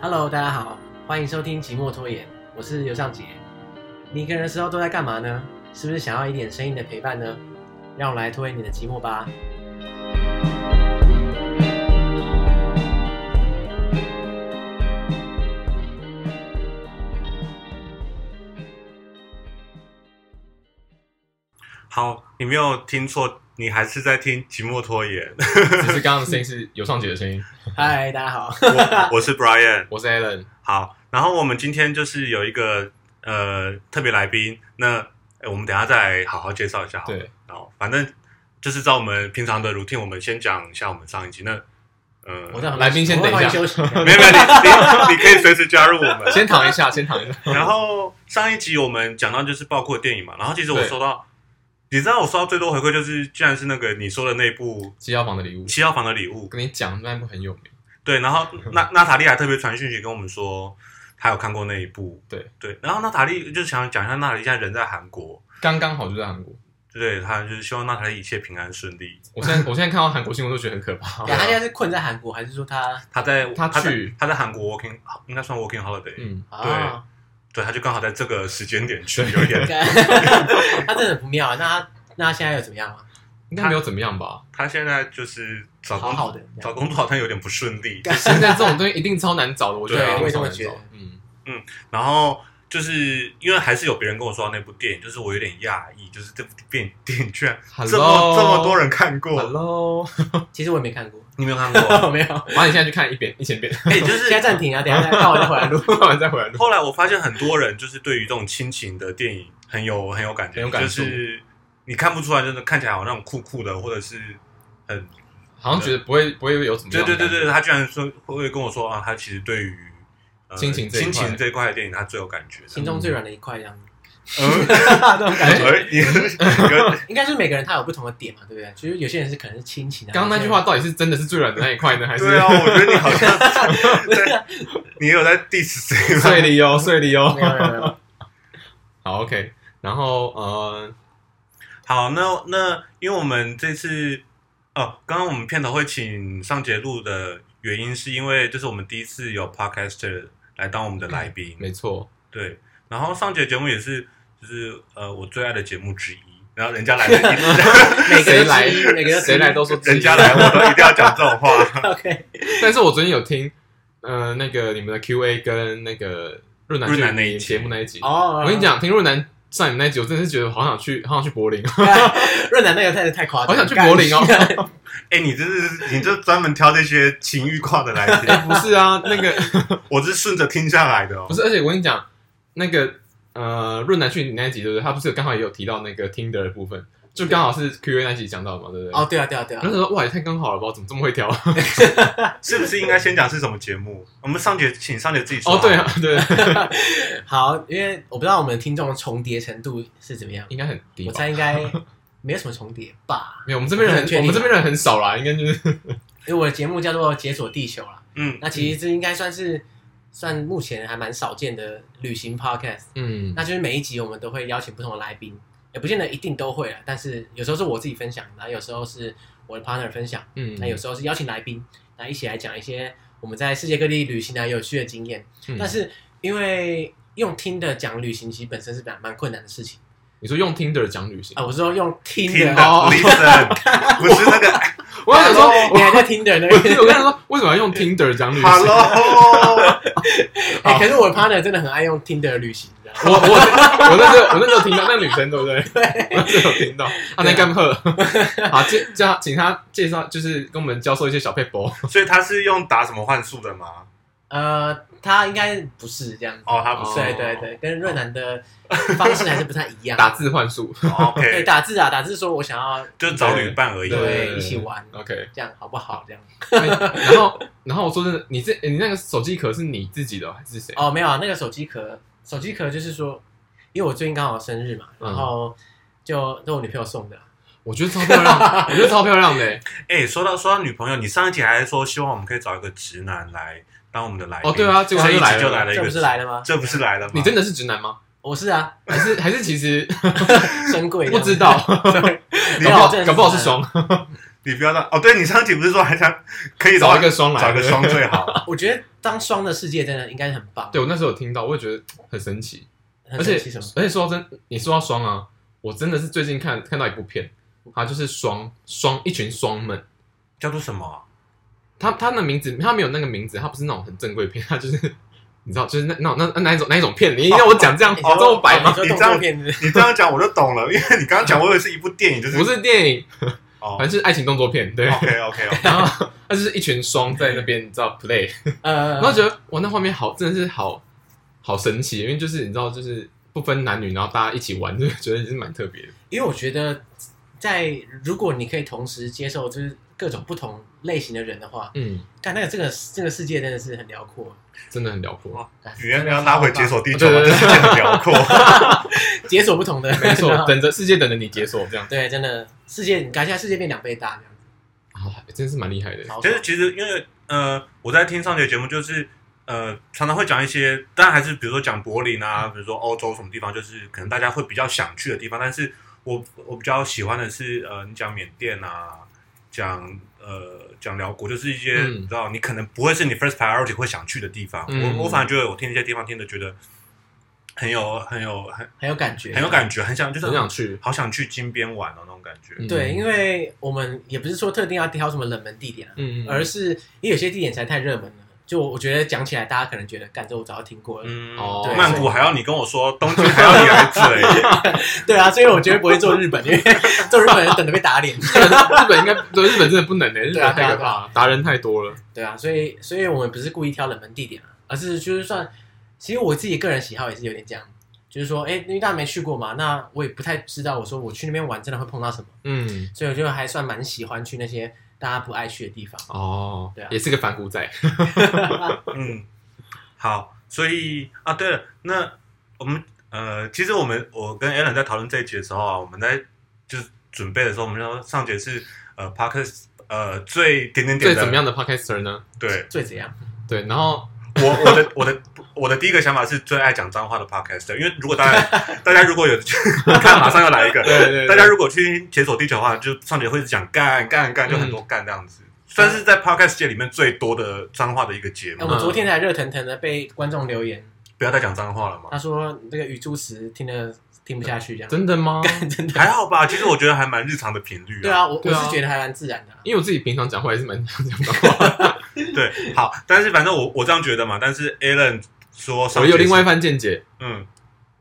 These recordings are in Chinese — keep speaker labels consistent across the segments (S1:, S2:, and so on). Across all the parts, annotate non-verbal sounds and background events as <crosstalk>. S1: Hello，大家好，欢迎收听《寂寞拖延》，我是刘尚杰。你一个人的时候都在干嘛呢？是不是想要一点声音的陪伴呢？让我来拖延你的寂寞吧。
S2: 好，你没有听错，你还是在听《寂寞拖延》 <laughs>
S3: <laughs> 只是刚刚的声音是尤尚杰的声音，
S1: 嗨，大家 <laughs> 好。
S2: 我。我是 Brian。
S3: 我是 Alan。
S2: 好，然后我们今天就是有一个呃特别来宾，那呃我们等一下再好好介绍一下好了。
S3: 对，
S2: 然后反正就是照我们平常的 routine，我们先讲一下我们上一集。那呃，
S1: 我在旁边
S3: 来宾先等一下
S1: 我在旁边休 <laughs> 息下。
S2: 没有没有，
S3: <laughs>
S2: 你你你可以随时加入我们。
S3: 先躺一下，先躺一下。
S2: 然后上一集我们讲到就是包括电影嘛，然后其实我
S3: 对
S2: 收到，你知道我收到最多回馈就是，居然是那个你说的那部
S3: 七号房的礼物，
S2: 《七号房的礼物
S3: 我》。跟你讲，那部很有名。
S2: 对，
S3: <laughs>
S2: 然后娜娜塔莉还特别传讯息跟我们说，她有看过那一部。
S3: 对
S2: 对，然后娜塔莉就是想讲一下，娜塔莉现在人在韩国，
S3: 刚刚好就在韩国。
S2: 对，她就是希望娜塔莉一切平安顺利。
S3: 我现在我现在看到韩国新闻都觉得很可
S2: <laughs>
S3: 怕。
S1: 对他啊现在是困在韩国，还是说他
S2: 她在
S3: 她
S2: 在
S3: 去
S2: 她在韩国 working，应该算 working holiday、
S3: 嗯，
S1: 啊？
S2: 对，她就刚好在这个时间点去，
S3: 对
S2: 有一
S3: <laughs>
S2: 点。
S1: <laughs> 干他真的很不妙啊。那他那他现在又怎么样啊？
S3: 应该没有怎么样吧？
S2: 她现在就是找
S1: 好
S2: 工
S1: 好的，
S2: 找工作好像有点不顺利，
S3: 现在这种东西一定超难找的，我觉得
S2: 对啊
S3: 一定
S1: 我
S3: 超
S1: 也
S3: 难
S1: 这么觉
S3: 找
S1: 得。
S3: 嗯，
S2: 然后就是因为还是有别人跟我说到那部电影，就是我有点讶异，就是这部电电影居然 <laughs> 这么
S3: Hello
S2: 这么多人看过 <laughs>
S3: Hello，
S1: 其实我也没 <laughs> 看过，
S2: 你没有看过？
S3: <laughs>
S1: 我哦没有。
S3: 把你现在去看一遍一千遍，
S2: 哎、就是
S1: 现在暂停啊，等一下再到我再回来
S3: <laughs>
S1: 录。
S3: 录完再
S2: <laughs>
S3: 回来录。
S2: 后来我发现很多人就是对于这种亲情的电影很有很有感觉，
S3: 很有感
S2: 就
S3: 触
S2: 是你看不出来，真的看起来好像酷酷的，或者是很
S3: 好像觉得不会不会有怎么
S2: 对
S3: 样
S2: 对
S3: 的感觉。
S2: 对对，他居然说会跟我说啊，他其实对于、呃
S3: 亲情这一
S2: 亲
S3: 块
S2: 情这一块的电影他最有感觉的。
S1: 心中最软的一块，这 <laughs> 样子。
S2: <laughs> 嗯，
S1: 这种感觉，
S2: 而 <laughs> 你有
S1: 应该是每个人他有不同的点嘛，对不对？其实有些人是可能是亲情啊。
S3: 刚刚那句话到底是真的是最软的那一块呢，还是
S2: 对啊，我觉得你好像在 <laughs> 你有在 diss 谁吗？
S3: <laughs> 碎里哦碎里
S1: 有
S3: 哦
S1: 些？人没有没有没有。
S3: 好 OK，然后呃，
S2: 好，那那因为我们这次哦，刚刚我们片头会请上节录的原因，是因为这是我们第一次有 podcaster 来当我们的来宾，
S3: 嗯没错，
S2: 对。然后上节节目也是，就是呃我最爱的节目之一。然后人家来了
S3: <laughs>
S2: 一，
S1: 每个
S3: 谁
S1: 人
S3: 来
S1: 之一每个人
S3: 谁来都说自己
S2: 人家来，我都一定要讲这种话。 <laughs>
S1: <laughs> OK，
S3: 但是我昨天有听，呃，那个你们的 Q&A 跟那个润南
S2: 润南那一集
S3: 节目那一集，
S1: 哦
S3: 我跟你，讲，听润南上你们那一集，我真的是觉得好想去，好想去柏
S1: <laughs>
S3: 林，
S1: 啊润南那个太太夸张，
S3: 好想去柏林哦。 <laughs>
S2: 哎，你这是你这专门挑这些情欲挂的来
S3: 哎、
S2: 听，
S3: 不是啊，那个
S2: 我是顺着听下来的哦
S3: <laughs> 不。是，而且我跟你讲，那个呃，润南去你那一集对不对？他不是刚好也有提到那个 Tinder 的部分，就刚好是 Q&A 那一集讲到嘛，对不对？
S1: 哦，啊对啊，对啊，对啊
S3: 我就，说哇，也太刚好了吧，我怎么这么
S1: <laughs>
S3: 会挑？
S2: 是不是应该先讲是什么节目？我们上节请上节自己说。
S3: 哦，对啊，，对，
S1: 好，因为我不知道我们听众的重叠程度是怎么样，
S3: 应该很低
S1: 我
S3: 吧？
S1: 猜应该没有什么重叠吧，
S3: 没有，我们这边
S1: 我
S3: 人
S1: 不是很确
S3: 很，
S1: 定
S3: 我们这边人很少啦，应该就是
S1: 因为我的节目叫做《解锁地球》啦，
S2: 嗯，
S1: 那其实这应该算是算目前还蛮少见的旅行 podcast，
S3: 嗯，
S1: 那就是每一集我们都会邀请不同的来宾，也不见得一定都会啊，但是有时候是我自己分享，然后有时候是我的 partner 分享。
S3: 嗯，
S1: 那有时候是邀请来宾，那一起来讲一些我们在世界各地旅行来啊有趣的经验。
S3: 嗯
S1: 但是因为用听的讲旅行，其实本身是蛮蛮困难的事情
S3: 你说用 Tinder 讲旅行
S1: 啊。，我是说用听
S2: 听
S1: 的，
S2: 的
S1: 哦，
S3: <laughs>
S2: listen，不是那个
S3: 我还想说，
S1: 你还在听的那
S3: 我 <laughs> 是
S1: 个。
S3: 我跟他说，为什么要用 Tinder 讲旅行？
S2: Hello，
S1: 哎、可是我的 partner 真的很爱用听的旅行，你知道吗
S3: 我我我那时候我那时候听到那个女生对不对？我那时候有听到她在干喝。
S2: 啊
S3: <laughs> 好，介叫请她介绍，就是跟我们教授一些小配博。
S2: <laughs> 所以他是用打什么幻术的吗？
S1: 呃，他应该不是这样子。
S2: 哦，他不是。
S1: 对对对，跟润南的方式还是不太一样。
S3: 哦 <laughs> 打，字幻术。
S2: 哦
S1: 对
S3: <laughs>
S2: OK，
S1: 打字啊，打字说我想要
S2: 就找旅伴而已。
S3: 对哦
S1: 对一起玩，
S3: OK，哎
S1: 这样好不好？这样。
S3: 然后然后我说真的，你这你那个手机壳是你自己的还是谁？
S1: 哦，没有啊，那个手机壳，手机壳就是说，因为我最近刚好生日嘛，
S3: 嗯
S1: 然后就都我女朋友送的啦。
S3: 我觉得超
S2: <laughs>
S3: 漂亮，我觉得超漂亮的。欸
S2: 哎，说到说到女朋友，你上一集还说希望我们可以找一个直男来当我们的来宾。
S3: 哦对啊结果他
S2: 这一
S3: 就来
S2: 集
S3: 了
S2: 就来了一
S1: 这
S2: 个，
S1: 不是来了吗？
S2: 这不是，来了吗？
S3: 你真的是直男吗？
S1: 我是啊，
S3: 还是还是其实
S1: 珍贵，
S3: 不知道，
S1: <laughs> 对，啊
S2: 啊
S3: 搞不好搞不好是
S1: 双，
S3: 双。
S2: 你不要当哦，对你上集不是说还想可以的话
S3: 找一个双来，
S2: 找一个双
S3: 对不对。
S2: 最
S3: <laughs>
S2: 好，
S1: 我觉得当双的世界真的应该很棒，
S3: 对我那时候有听到，我也觉得很神奇。
S1: 很
S3: 而且
S1: 神奇什么？
S3: 而且说到真，你说到双啊，我真的是最近看看到一部片，它就是双双一群双们，
S2: 叫做什么啊？
S3: 他他的名字他没有那个名字，他不是那种很正规片，他就是你知道，就是那那种那那一种那一种片，你要我讲这样、
S1: 你
S2: 哦
S1: 说
S3: 这么白吗？
S1: 你
S2: 你
S1: 说动
S2: 这
S1: 作
S2: 样
S1: 片子
S2: 你这样讲我就懂了，因为你刚刚讲我以为是一部电影，就是
S3: 不是电影，
S2: 哦
S3: 反正就是爱情动作片，对。
S2: ，OK OK OK，
S3: <laughs> 然后他就是一群双在那边，你知道 play，
S1: 呃，
S3: 然后觉得哇，那画面好，真的是好好神奇，因为就是你知道，就是不分男女，然后大家一起玩，就觉得是蛮特别的。
S1: 因为我觉得在如果你可以同时接受就是各种不同类型的人的话，
S3: 嗯，
S1: 干那个这个这个世界真的是很辽阔。
S3: 真的很辽阔。
S1: 干
S2: 你要不要拉回解锁地球？
S3: 对
S2: 这
S3: 对对
S2: 世界很辽阔，
S1: 解锁不同的，<laughs>
S3: 没错，等着世界等着你解锁，这样
S1: 对，真的世界，你看现在世界变两倍大这样子，
S3: 啊，真是蛮厉害的。
S1: 好爽
S2: 就是其实因为呃，我在听上节节目，就是呃，常常会讲一些，当然还是比如说讲柏林
S3: 嗯
S2: 啊，比如说欧洲什么地方，就是可能大家会比较想去的地方。但是我我比较喜欢的是呃，你讲缅甸啊，讲呃讲辽国，就是一些、
S3: 嗯
S2: 你知道，你可能不会是你 first priority 会想去的地方。
S3: 嗯
S2: 我我反而觉得我听这些地方听的觉得很有很有很
S1: 很有感觉，
S2: 很有感觉，很想就是
S3: 很想去，
S2: 好想去金边玩哦那种感觉。
S3: 嗯
S1: 对，因为我们也不是说特定要挑什么冷门地点啊，
S3: 嗯，嗯
S1: 而是因为有些地点才太热门了。就我觉得讲起来，大家可能觉得，干这我早就听过了，
S2: 嗯，
S3: 哦
S1: 对
S2: 曼
S1: 所
S2: 谷还要你跟我说，东京还要你来嘴。
S1: 对啊，所以我绝对不会做日本，因
S2: <laughs>
S1: 为做日本人等着被打脸，
S3: 日本应该对日本真的不能的，日
S1: 对啊
S3: 本太可怕了，达人太多了。
S1: 对啊，所以所以我们不是故意挑冷门地点啊，而是就是算，其实我自己个人喜好也是有点这样，就是说，哎，因为大家没去过嘛，那我也不太知道，我说我去那边玩真的会碰到什么，
S3: 嗯，
S1: 所以我就还算蛮喜欢去那些大家不爱去的地方。
S3: 哦
S1: 对啊，
S3: 也是个反骨仔。
S2: 嗯，好，所以啊，对了，那我们呃，其实我们我跟 Alan 在讨论这一集的时候啊，我们在就是准备的时候，我们说上节是呃 p a r k e s 呃最点点点
S3: 最
S2: 的
S3: 怎么？样的 podcaster 呢？
S2: 对
S1: 最怎样？
S3: 对，然后
S2: 我我的我的我的第一个想法是最爱讲脏话的 podcast，因为如果大家
S3: <laughs>
S2: 大家如果有看，马上要来一个，
S3: 对对对
S2: 大家如果去解锁地球的话，就上节会讲干干干，就很
S3: 嗯
S2: 多干这样子，算是在 podcast 界里面最多的脏话的一个节
S1: 那哎
S2: 目
S3: 嗯
S1: 我。们昨天才热腾腾的被观众留言，
S2: 不要再讲脏话了嘛。
S1: 他说你这个语助词听得听不下去这样。
S3: 真的吗？
S1: 真的，
S2: <laughs> 还好吧，其实我觉得还蛮日常的频率、啊。
S1: 对，啊，我我
S3: 对啊
S1: 是觉得还蛮自然的啊。
S3: 因为我自己平常讲话也是蛮 <laughs> 想讲脏话，
S2: 对，好，但是反正我我这样觉得嘛，但是 Alan 说上
S3: 我有另外一
S2: 一
S3: 番见解。
S2: 嗯，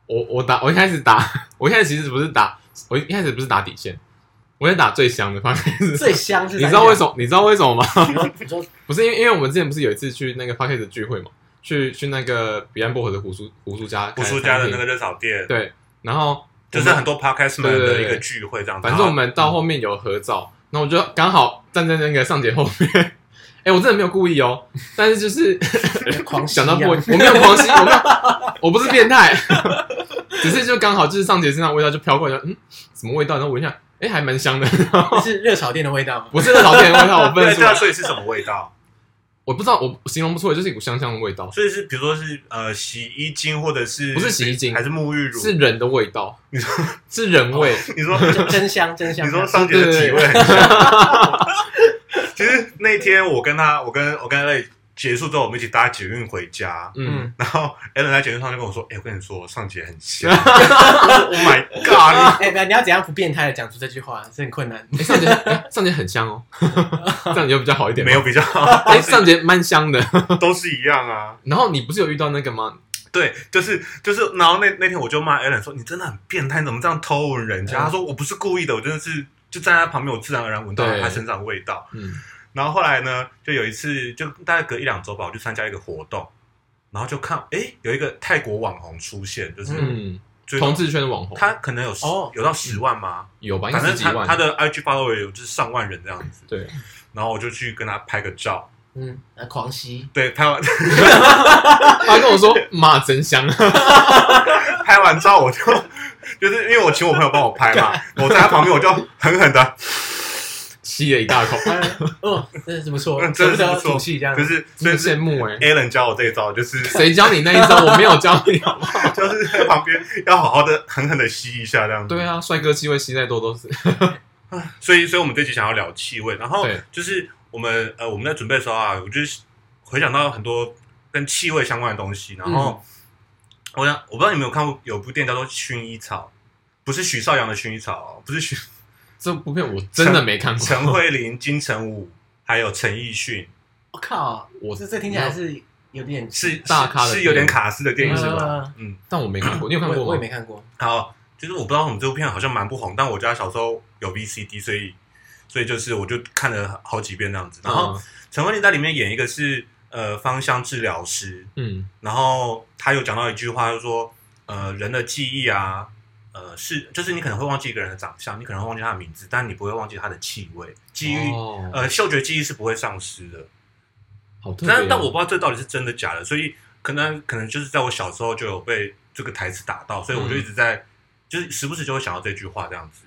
S3: 我我打我一开始打，我一开始其实不是打，我一开始不是打底线，我在打最香的 <laughs> podcast。
S1: 最香是
S3: 你知道为什
S1: 么？
S3: 么？你知道为什么吗？
S1: 你说你
S3: <laughs>
S1: 说
S3: 不是因为因为我们之前不是有一次去那个 podcast 聚会嘛，去去那个彼岸薄荷的胡叔胡叔家
S2: 古
S3: 开餐厅，
S2: 书家的那个热炒店，
S3: 对，然后
S2: 就是很多 podcast 们
S3: 对对
S2: 的
S3: 对
S2: 一个聚会这样子。
S3: 反正我们到后面有合照，那我就刚好站在那个上姐后面。哎、我真的没有故意哦，但是就是
S1: 狂吸啊
S3: 想到过，我没有狂吸，我没有，我不是变态，只是就刚好就是上姐身上的味道就飘过来，就嗯，什么味道？然后闻一下，哎、还蛮香的。 <laughs> 然后
S1: 这是热炒店的味道吗？
S3: 不是那老店的味道，我
S2: 然
S3: 不
S2: 后
S3: 能
S2: 对，那
S3: 说，
S2: 所以是什么味道？
S3: 我不知道，我形容不出来，就是一股香香的味道，
S2: 所以是比如说是呃洗衣精或者是
S3: 不是洗衣精
S2: 还是沐浴乳？
S3: 是人的味道，
S2: 你说哦
S3: 是人味，
S2: 你
S3: <laughs>
S2: 说
S1: 真真香，真香。
S2: 你说上节的体味很
S3: <laughs>
S2: 像其实那天我跟他，我跟我跟 Alan 结束之后，我们一起搭捷运回家，
S3: 嗯，
S2: 然后 Alan 在节目上就跟我说：“哎、我跟你说，上节很香。”Oh my god！
S1: 哎，不要，你要怎样不变态的讲出这句话，是很困难。
S3: 哎、上姐、诶上姐很香哦， <laughs> 上姐就比较好一
S2: 你
S3: 点吗，
S2: 没有比较好，
S3: 哎、上姐蛮香的。 <laughs>
S2: 都是一样啊。 <laughs>
S3: 然后你不是有遇到那个吗？
S2: 对，就是就是，然后那那天我就骂 Alan 说：“你真的很变态，你怎么这样偷闻人家？”
S1: 嗯
S2: 他说：“我不是故意的，我真的是就站在他旁边，我自然而然闻到
S3: 对
S2: 他身上的味道。
S3: 嗯，”
S2: 然后后来呢，就有一次，就大概隔一两周吧，我去参加一个活动，然后就看，哎，有一个泰国网红出现，就是
S3: 嗯，
S2: 追踪
S3: 同嗯志圈的网红，
S2: 他可能有十
S1: 哦
S2: 有到十万吗？
S3: 有吧？应
S2: 反
S3: 该
S2: 正
S3: 是几
S2: 他他
S3: 万。
S2: 的 IG follower 有就是上万人这样子。
S3: 对，
S2: 然后我就去跟他拍个照，
S1: 嗯，啊狂吸，
S2: 对，拍完 <laughs>
S3: 他跟我说：“妈，真香！啊
S2: 拍完照我就 <laughs> 就是因为我请我朋友帮我拍嘛，我在他旁边我就狠狠的，
S3: 吸了一大口，
S1: 哦，真的是不错，
S2: 嗯真的是
S1: 舍
S2: 不
S1: 得
S2: 错
S1: 吐气这样
S2: 就。是所
S3: 真
S2: 以
S3: 的
S2: 是
S3: 羡慕哎。
S2: Alan 教我这一招，就是” <laughs>
S3: 谁教你那一招？我没有教你， <laughs> 好吗？
S2: 就是在旁边要好好的狠狠的吸一下这样子。
S3: 啊对，啊，帅哥吸会吸再多都是。
S2: 所以，所以我们这集想要聊气味，然后
S3: 对
S2: 就是我们呃我们在准备的时候啊，我就是回想到很多跟气味相关的东西，然后、我想我不知道你们有看过有部电影叫做《薰衣草》，不是许绍洋的薰衣草哦，不是许
S3: 这部片我真的没看
S2: <laughs>
S3: 过，
S2: 陈慧琳、金城武还有陈奕迅，
S1: 我靠，
S3: 我
S1: 这这听起来是有点
S2: 是
S3: 大咖的
S2: 是
S3: 电影
S2: 是有点卡斯的电影是吧
S1: 嗯？
S2: 嗯，
S3: 但我没看过，你有看
S1: 我
S3: 过
S1: 也
S3: 吗？
S1: 我也没看过。
S2: 好，就是我不知道为什么这部片好像蛮不红，但我家小时候有 VCD，所以所以就是我就看了好几遍那样子，然后。
S3: 嗯
S2: 陈慧琳在里面演一个是呃芳香治疗师，
S3: 嗯，
S2: 然后他有讲到一句话，就说呃人的记忆啊，呃是就是你可能会忘记一个人的长相，你可能会忘记他的名字，但你不会忘记他的气味，记忆、
S3: 哦
S2: 呃嗅觉记忆是不会丧失的。
S3: 好特别哦。
S2: 但但我不知道这到底是真的假的，所以可能可能就是在我小时候就有被这个台词打到，所以
S3: 嗯
S2: 我就一直在、就是时不时就会想到这句话这样子。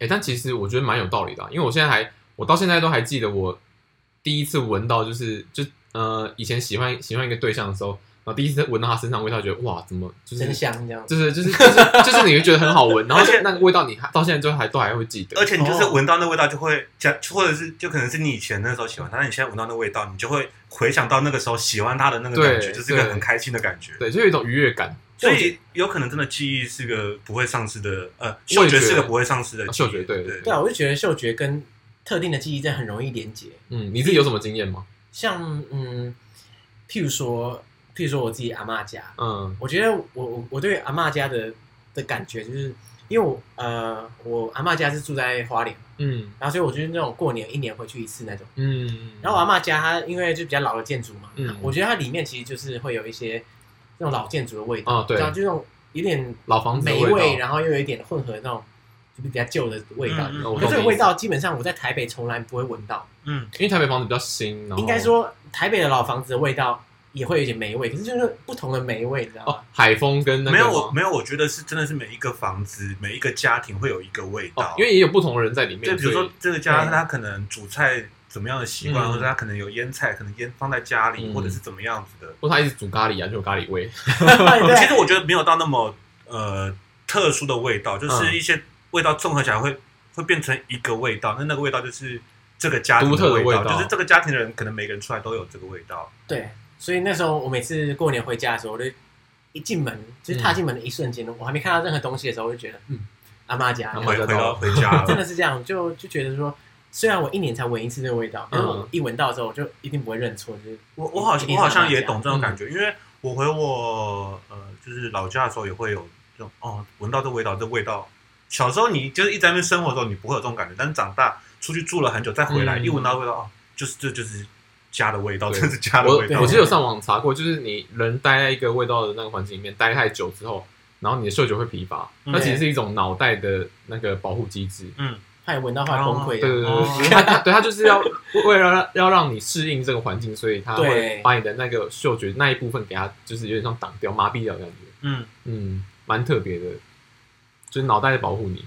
S3: 哎、但其实我觉得蛮有道理的啊、因为我现在还，我到现在都还记得我第一次闻到，就是就呃以前喜欢喜欢一个对象的时候，然后第一次闻到他身上的味道，觉得哇，怎么就是
S1: 真香这样子。
S3: 就是就是就是就是你会觉得很好闻，然后
S2: 而且
S3: 那个味道你还到现在就还都还会记得，
S2: 而且你就是
S1: 哦
S2: 闻到那味道就会想，或者是就可能是你以前那时候喜欢他，但你现在闻到那味道，你就会回想到那个时候喜欢他的那个感觉，
S3: 对
S2: 就是一个
S3: 对
S2: 很开心的感觉。
S3: 对，就有一种愉悦感，
S2: 所
S1: 嗅
S2: 以有可能真的记忆是个不会丧失的，呃，嗅
S3: 味觉
S2: 觉是个不会丧失的记忆
S3: 嗅觉对
S2: 对
S1: 对啊，我就觉得嗅觉跟特定的记忆真的很容易连接。
S3: 嗯，你自己有什么经验吗？
S1: 像嗯，譬如说，譬如说我自己阿嬷家，
S3: 嗯
S1: 我觉得我我我对阿嬷家的的感觉，就是因为我呃我阿嬷家是住在花莲，
S3: 嗯
S1: 然后所以我就是那种过年一年回去一次那种。
S3: 嗯，
S1: 然后我啊阿嬷家它因为就比较老的建筑嘛，
S3: 嗯
S1: 我觉得它里面其实就是会有一些那种老建筑的味道，
S3: 哦对
S1: 然后就那种有点
S3: 老房子的
S1: 霉
S3: 味道，
S1: 味，然后又有一点混合那种就比较旧的味道。
S2: 嗯嗯
S3: 嗯我
S1: 可
S3: 懂
S1: 这个
S3: 你意
S1: 味
S3: 思，
S1: 道基本上我在台北从来不会闻到，
S2: 嗯，
S3: 因为台北房子比较新，然后
S1: 应该说台北的老房子的味道也会有一点霉味，可是就是不同的霉味，你知道吗？
S3: 哦海风跟那个
S2: 没有
S3: 吗
S2: 我没有，我觉得是真的是每一个房子每一个家庭会有一个味道
S3: 哦，，因为也有不同的人在里面，
S2: 就比如
S3: 所
S2: 说
S3: 以
S2: 这个家
S1: 对
S2: 他可能煮菜怎么样的习惯，
S3: 嗯
S2: 或者他可能有腌菜，可能腌放在家里，
S3: 嗯
S2: 或者是怎么样子的。
S3: 或者他一直煮咖喱啊，就有咖喱味，
S1: <laughs> 对
S2: 哦其实我觉得没有到那么呃特殊的味道，
S3: 嗯
S2: 就是一些味道综合起来会会变成一个味道。那那个味道就是这个家庭
S3: 独特的
S2: 味
S3: 味道
S2: 就是这个家庭的人可能每个人出来都有这个味道。
S1: 对，所以那时候我每次过年回家的时候，我就一进门，就是踏进门的一瞬间，我还没看到任何东西的时候，我就觉得，嗯，阿妈家
S3: 阿嬷
S2: 回
S3: 我知
S2: 回
S3: 道 <laughs>
S2: 到回家
S1: 真的
S2: 了，
S1: 是这样，就就觉得说，虽然我一年才闻一次这个味道，可是我一闻到之后，我就一定不会认错，就是
S2: 我我好像
S1: 一定
S2: 我
S1: 是
S2: 好像
S1: 阿嬷
S2: 也
S1: 家
S2: 懂这种感觉，因为我回我呃就是老家的时候也会有这种哦闻到这味道这味道。小时候你就是一直在那边生活的时候，你不会有这种感觉，但是长大出去住了很久再回来，
S3: 嗯
S2: 一闻到味道哦，就是这就是家的味道，
S3: 对
S2: 真是家的
S3: 我
S2: 味道。
S3: 我记得有上网查过，就是你人待在一个味道的那个环境里面待太久之后，然后你的嗅觉会疲乏，
S2: 嗯
S3: 那其实是一种脑袋的那个保护机制。
S2: 嗯，
S1: 怕闻到快崩溃啊
S3: 对对
S1: 这样。
S3: 对
S2: 哦
S3: 对，它它对它就是要为了让要让你适应这个环境，所以它会
S1: 对
S3: 把你的那个嗅觉那一部分给它就是有点像挡掉、麻痹掉的感觉。
S2: 嗯，
S3: 嗯，蛮特别的，就是脑袋在保护你。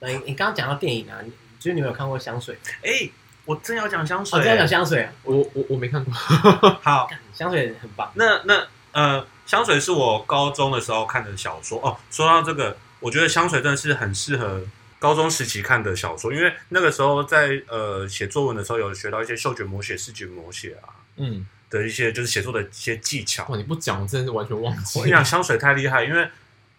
S1: 那哎你你刚刚讲到电影啊，你就是你们有看过香水？
S2: 哎、我正要讲香水、
S1: 哦，这样讲香水啊，
S3: 我我我没看过，
S2: 好，
S1: 香水很棒。
S2: 那那呃，香水是我高中的时候看的小说哦。说到这个，我觉得香水真的是很适合高中时期看的小说，因为那个时候在呃写作文的时候有学到一些嗅觉摹写、视觉摹写啊
S3: 嗯，
S2: 的一些就是写作的一些技巧。
S3: <laughs> 哇，你不讲我真的是完全忘
S2: 我
S3: 记
S2: 跟你
S3: 了。
S2: 讲，香水太厉害，因为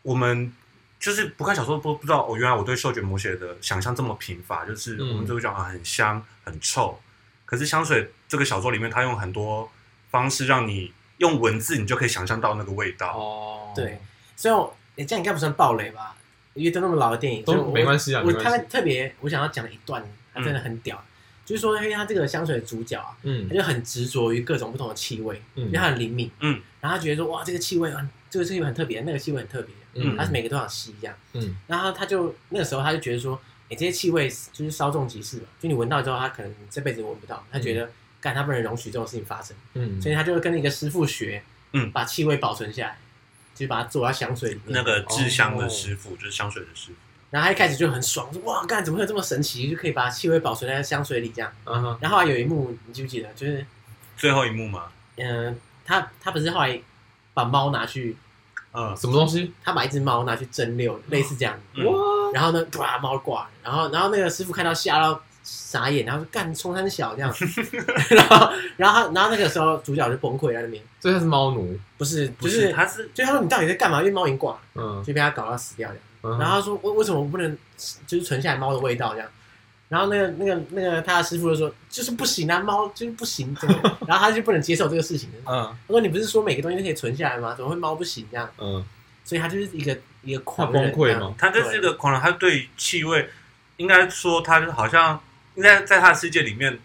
S2: 我们。就是不看小说不不知道哦，原来我对嗅觉摹写的想象这么贫乏。就是我们
S3: 嗯
S2: 就会讲啊，很香很臭，可是香水这个小说里面，它用很多方式让你用文字，你就可以想象到那个味道。
S3: 哦，
S1: 对，虽然我诶这样应该不算暴雷吧，因为都那么老的电影，
S3: 都
S1: 所以我
S3: 没关系啊
S1: 我
S3: 没关
S1: 他
S3: 系
S1: 特别我想要讲的一段，它真的很屌，就是说，因为它这个香水的主角啊，
S3: 嗯
S1: 他就很执着于各种不同的气味，因为他
S3: 嗯
S1: 很灵敏，
S2: 嗯，
S1: 然后他觉得说哇，这个气味很，这个气味很特别，那个气味很特别，
S3: 嗯
S1: 他是每个都想吸一样。
S3: 嗯
S1: 然后他就那个时候他就觉得说，哎、这些气味就是稍纵即逝嘛，就你闻到之后，他可能这辈子闻不到，他觉得干他不能容许这种事情发生，
S3: 嗯
S1: 所以他就会跟一个师傅学，
S2: 嗯
S1: 把气味保存下来，就是把它做到香水里面。
S2: 那个制香的师傅、就是香水的师傅，
S1: 然后他一开始就很爽，说哇，干怎么会有这么神奇，就可以把气味保存在香水里这样。
S3: 嗯哼
S1: 然后有一幕你记不记得，就是
S2: 最后一幕嘛，
S1: 嗯、呃他他不是后来把猫拿去，
S2: 嗯，
S3: 什么东西？
S1: 他把一只猫拿去蒸馏，类似这样。
S2: 嗯
S3: 哇，
S1: 然后呢，哇，猫挂了，然后然后那个师傅看到吓到傻眼，然后说干冲三小
S2: <laughs>
S1: 这样，然后然后他然后那个时候主角就崩溃在那边，
S3: 所以他是猫奴，
S1: 不是
S2: 不，
S1: 就是是
S2: 他是
S1: 就他说你到底在干嘛？因为猫已经挂了，
S3: 嗯，
S1: 就被他搞到死掉这样。
S3: 然
S1: 然后他说为为什么我不能就是存下来猫的味道这样？然后那个那个那个他的师傅就说就是不行啊，猫就是不行这个， <laughs> 然后他就不能接受这个事情。
S3: 嗯
S1: 他说你不是说每个东西都可以存下来吗？怎么会猫不行这样？
S3: 嗯，
S1: 所以他就是一个一个狂啊
S3: 他崩溃
S1: 嘛
S3: 吗，
S2: 他就是一个狂人，他对气味，应该说他就好像应该在他的世界里面，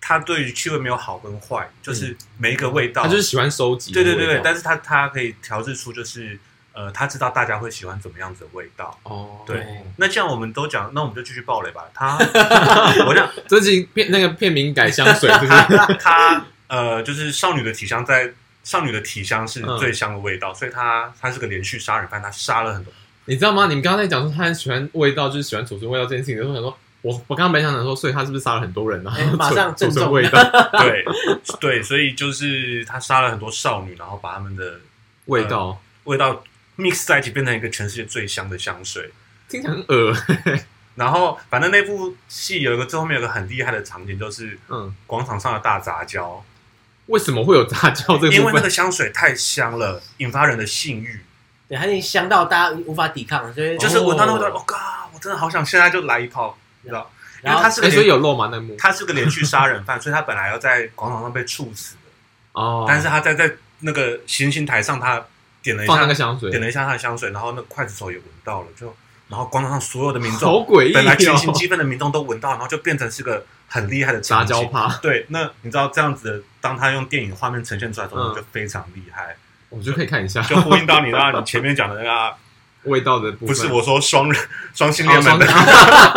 S2: 他对于气味没有好跟坏，就是每一个味道，
S3: 他就是喜欢收集的
S2: 对
S3: 味道，
S2: 对对对，但是他他可以调制出就是呃，他知道大家会喜欢怎么样子的味道。
S3: 哦，
S1: 对，
S2: 那这样我们都讲，那我们就继续爆雷吧。他， <laughs> 我讲
S3: 这集片那个片名改香
S2: <laughs>
S3: 水，就是
S2: 他他呃，就是少女的体香在。少女的体香是
S3: 嗯
S2: 最香的味道，所以他他是个连续杀人犯，他杀了很多。
S3: 你知道吗？你们刚才讲说他很喜欢味道，就是喜欢储存味道这件事情，的时候，我想说，我我刚刚本来想讲说，所以他是不是杀了很多人然
S1: 哎
S3: 后
S1: 马
S3: 储
S1: 上
S3: 储
S1: 正
S3: 存
S1: 中
S2: <laughs>
S3: 味道
S2: 对对，所以就是他杀了很多少女，然后把他们的
S3: 味道，
S2: 味道 mix 在一起，变成一个全世界最香的香水。
S3: 听起来很恶，
S2: 然后，反正那部戏有一个最后面有个很厉害的场景，就是
S3: 嗯，
S2: 广场上的大杂交，
S3: 为什么会有杂交这
S2: 因
S3: 个部
S2: 为那
S3: 分？
S2: 个香水太香了，引发人的性欲，
S1: 对，他已经香到大家无法抵抗了，所以
S2: 就是闻到那个，哦嘎，我真的好想现在就来一炮，你知道？因
S1: 然
S2: 为
S1: 后
S2: 他是个
S3: 哎所以
S2: 连
S3: 有肉吗？那幕
S2: 他是个连续杀人犯，所以 <laughs> 他本来要在广场上被处死的，
S3: 哦，
S2: 但是他在在那个行刑台上，他点了一
S3: 放那
S2: 下
S3: 个香水
S2: 点，了一下他的香水，然后那个刽子手也闻到了，就然后广场上所有的民众
S3: 好诡异
S2: 本来群情
S3: 哦，
S2: 激愤的民众都闻到，然后就变成是个很厉害的
S3: 杂
S2: 场景
S3: 交。趴，
S2: 对，那你知道这样子的，当他用电影画面呈现出来的时候，
S3: 嗯
S2: 就非常厉害，
S3: 我觉得可以看一下
S2: 就呼应到你那你前面讲的那个啊，
S3: <laughs> 味道的部
S2: 不
S3: 分。
S2: 是我说双人 <laughs> 双性
S3: 哦
S2: 恋
S3: 双
S2: 们的，
S3: <laughs>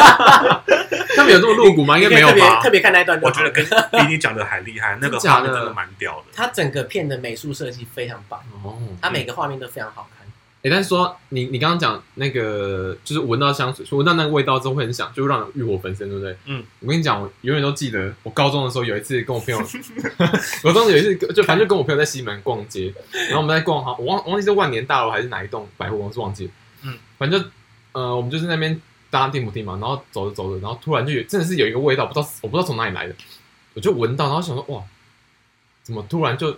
S3: 他们有这么露骨吗？应
S1: 应
S3: 该没有
S1: 特别
S3: 吧
S1: 特？别看那一段就好
S2: <laughs> 我
S1: 了，
S2: 觉得跟比你讲的还厉害，那个画面真的蛮屌的。
S1: 他整个片的美术设计非常棒，
S3: 哦，
S1: 他每个画面都非常好看。
S3: 哎，但是说你你刚刚讲那个，就是闻到香水，闻到那个味道之后会很想，就会让人欲火焚身，对不对？
S2: 嗯，
S3: 我跟你讲，我永远都记得，我高中的时候有一次跟我朋友， <laughs> 我高中有一次就反正就跟我朋友在西门逛街，然后我们在逛，好，我忘忘记是万年大楼还是哪一栋百货公司，忘记了。
S2: 嗯，
S3: 反正就呃，我们就是那边搭电扶梯嘛，然后走着走着，然后突然就有真的是有一个味道，不知道我不知道从哪里来的，我就闻到，然后想说哇，怎么突然就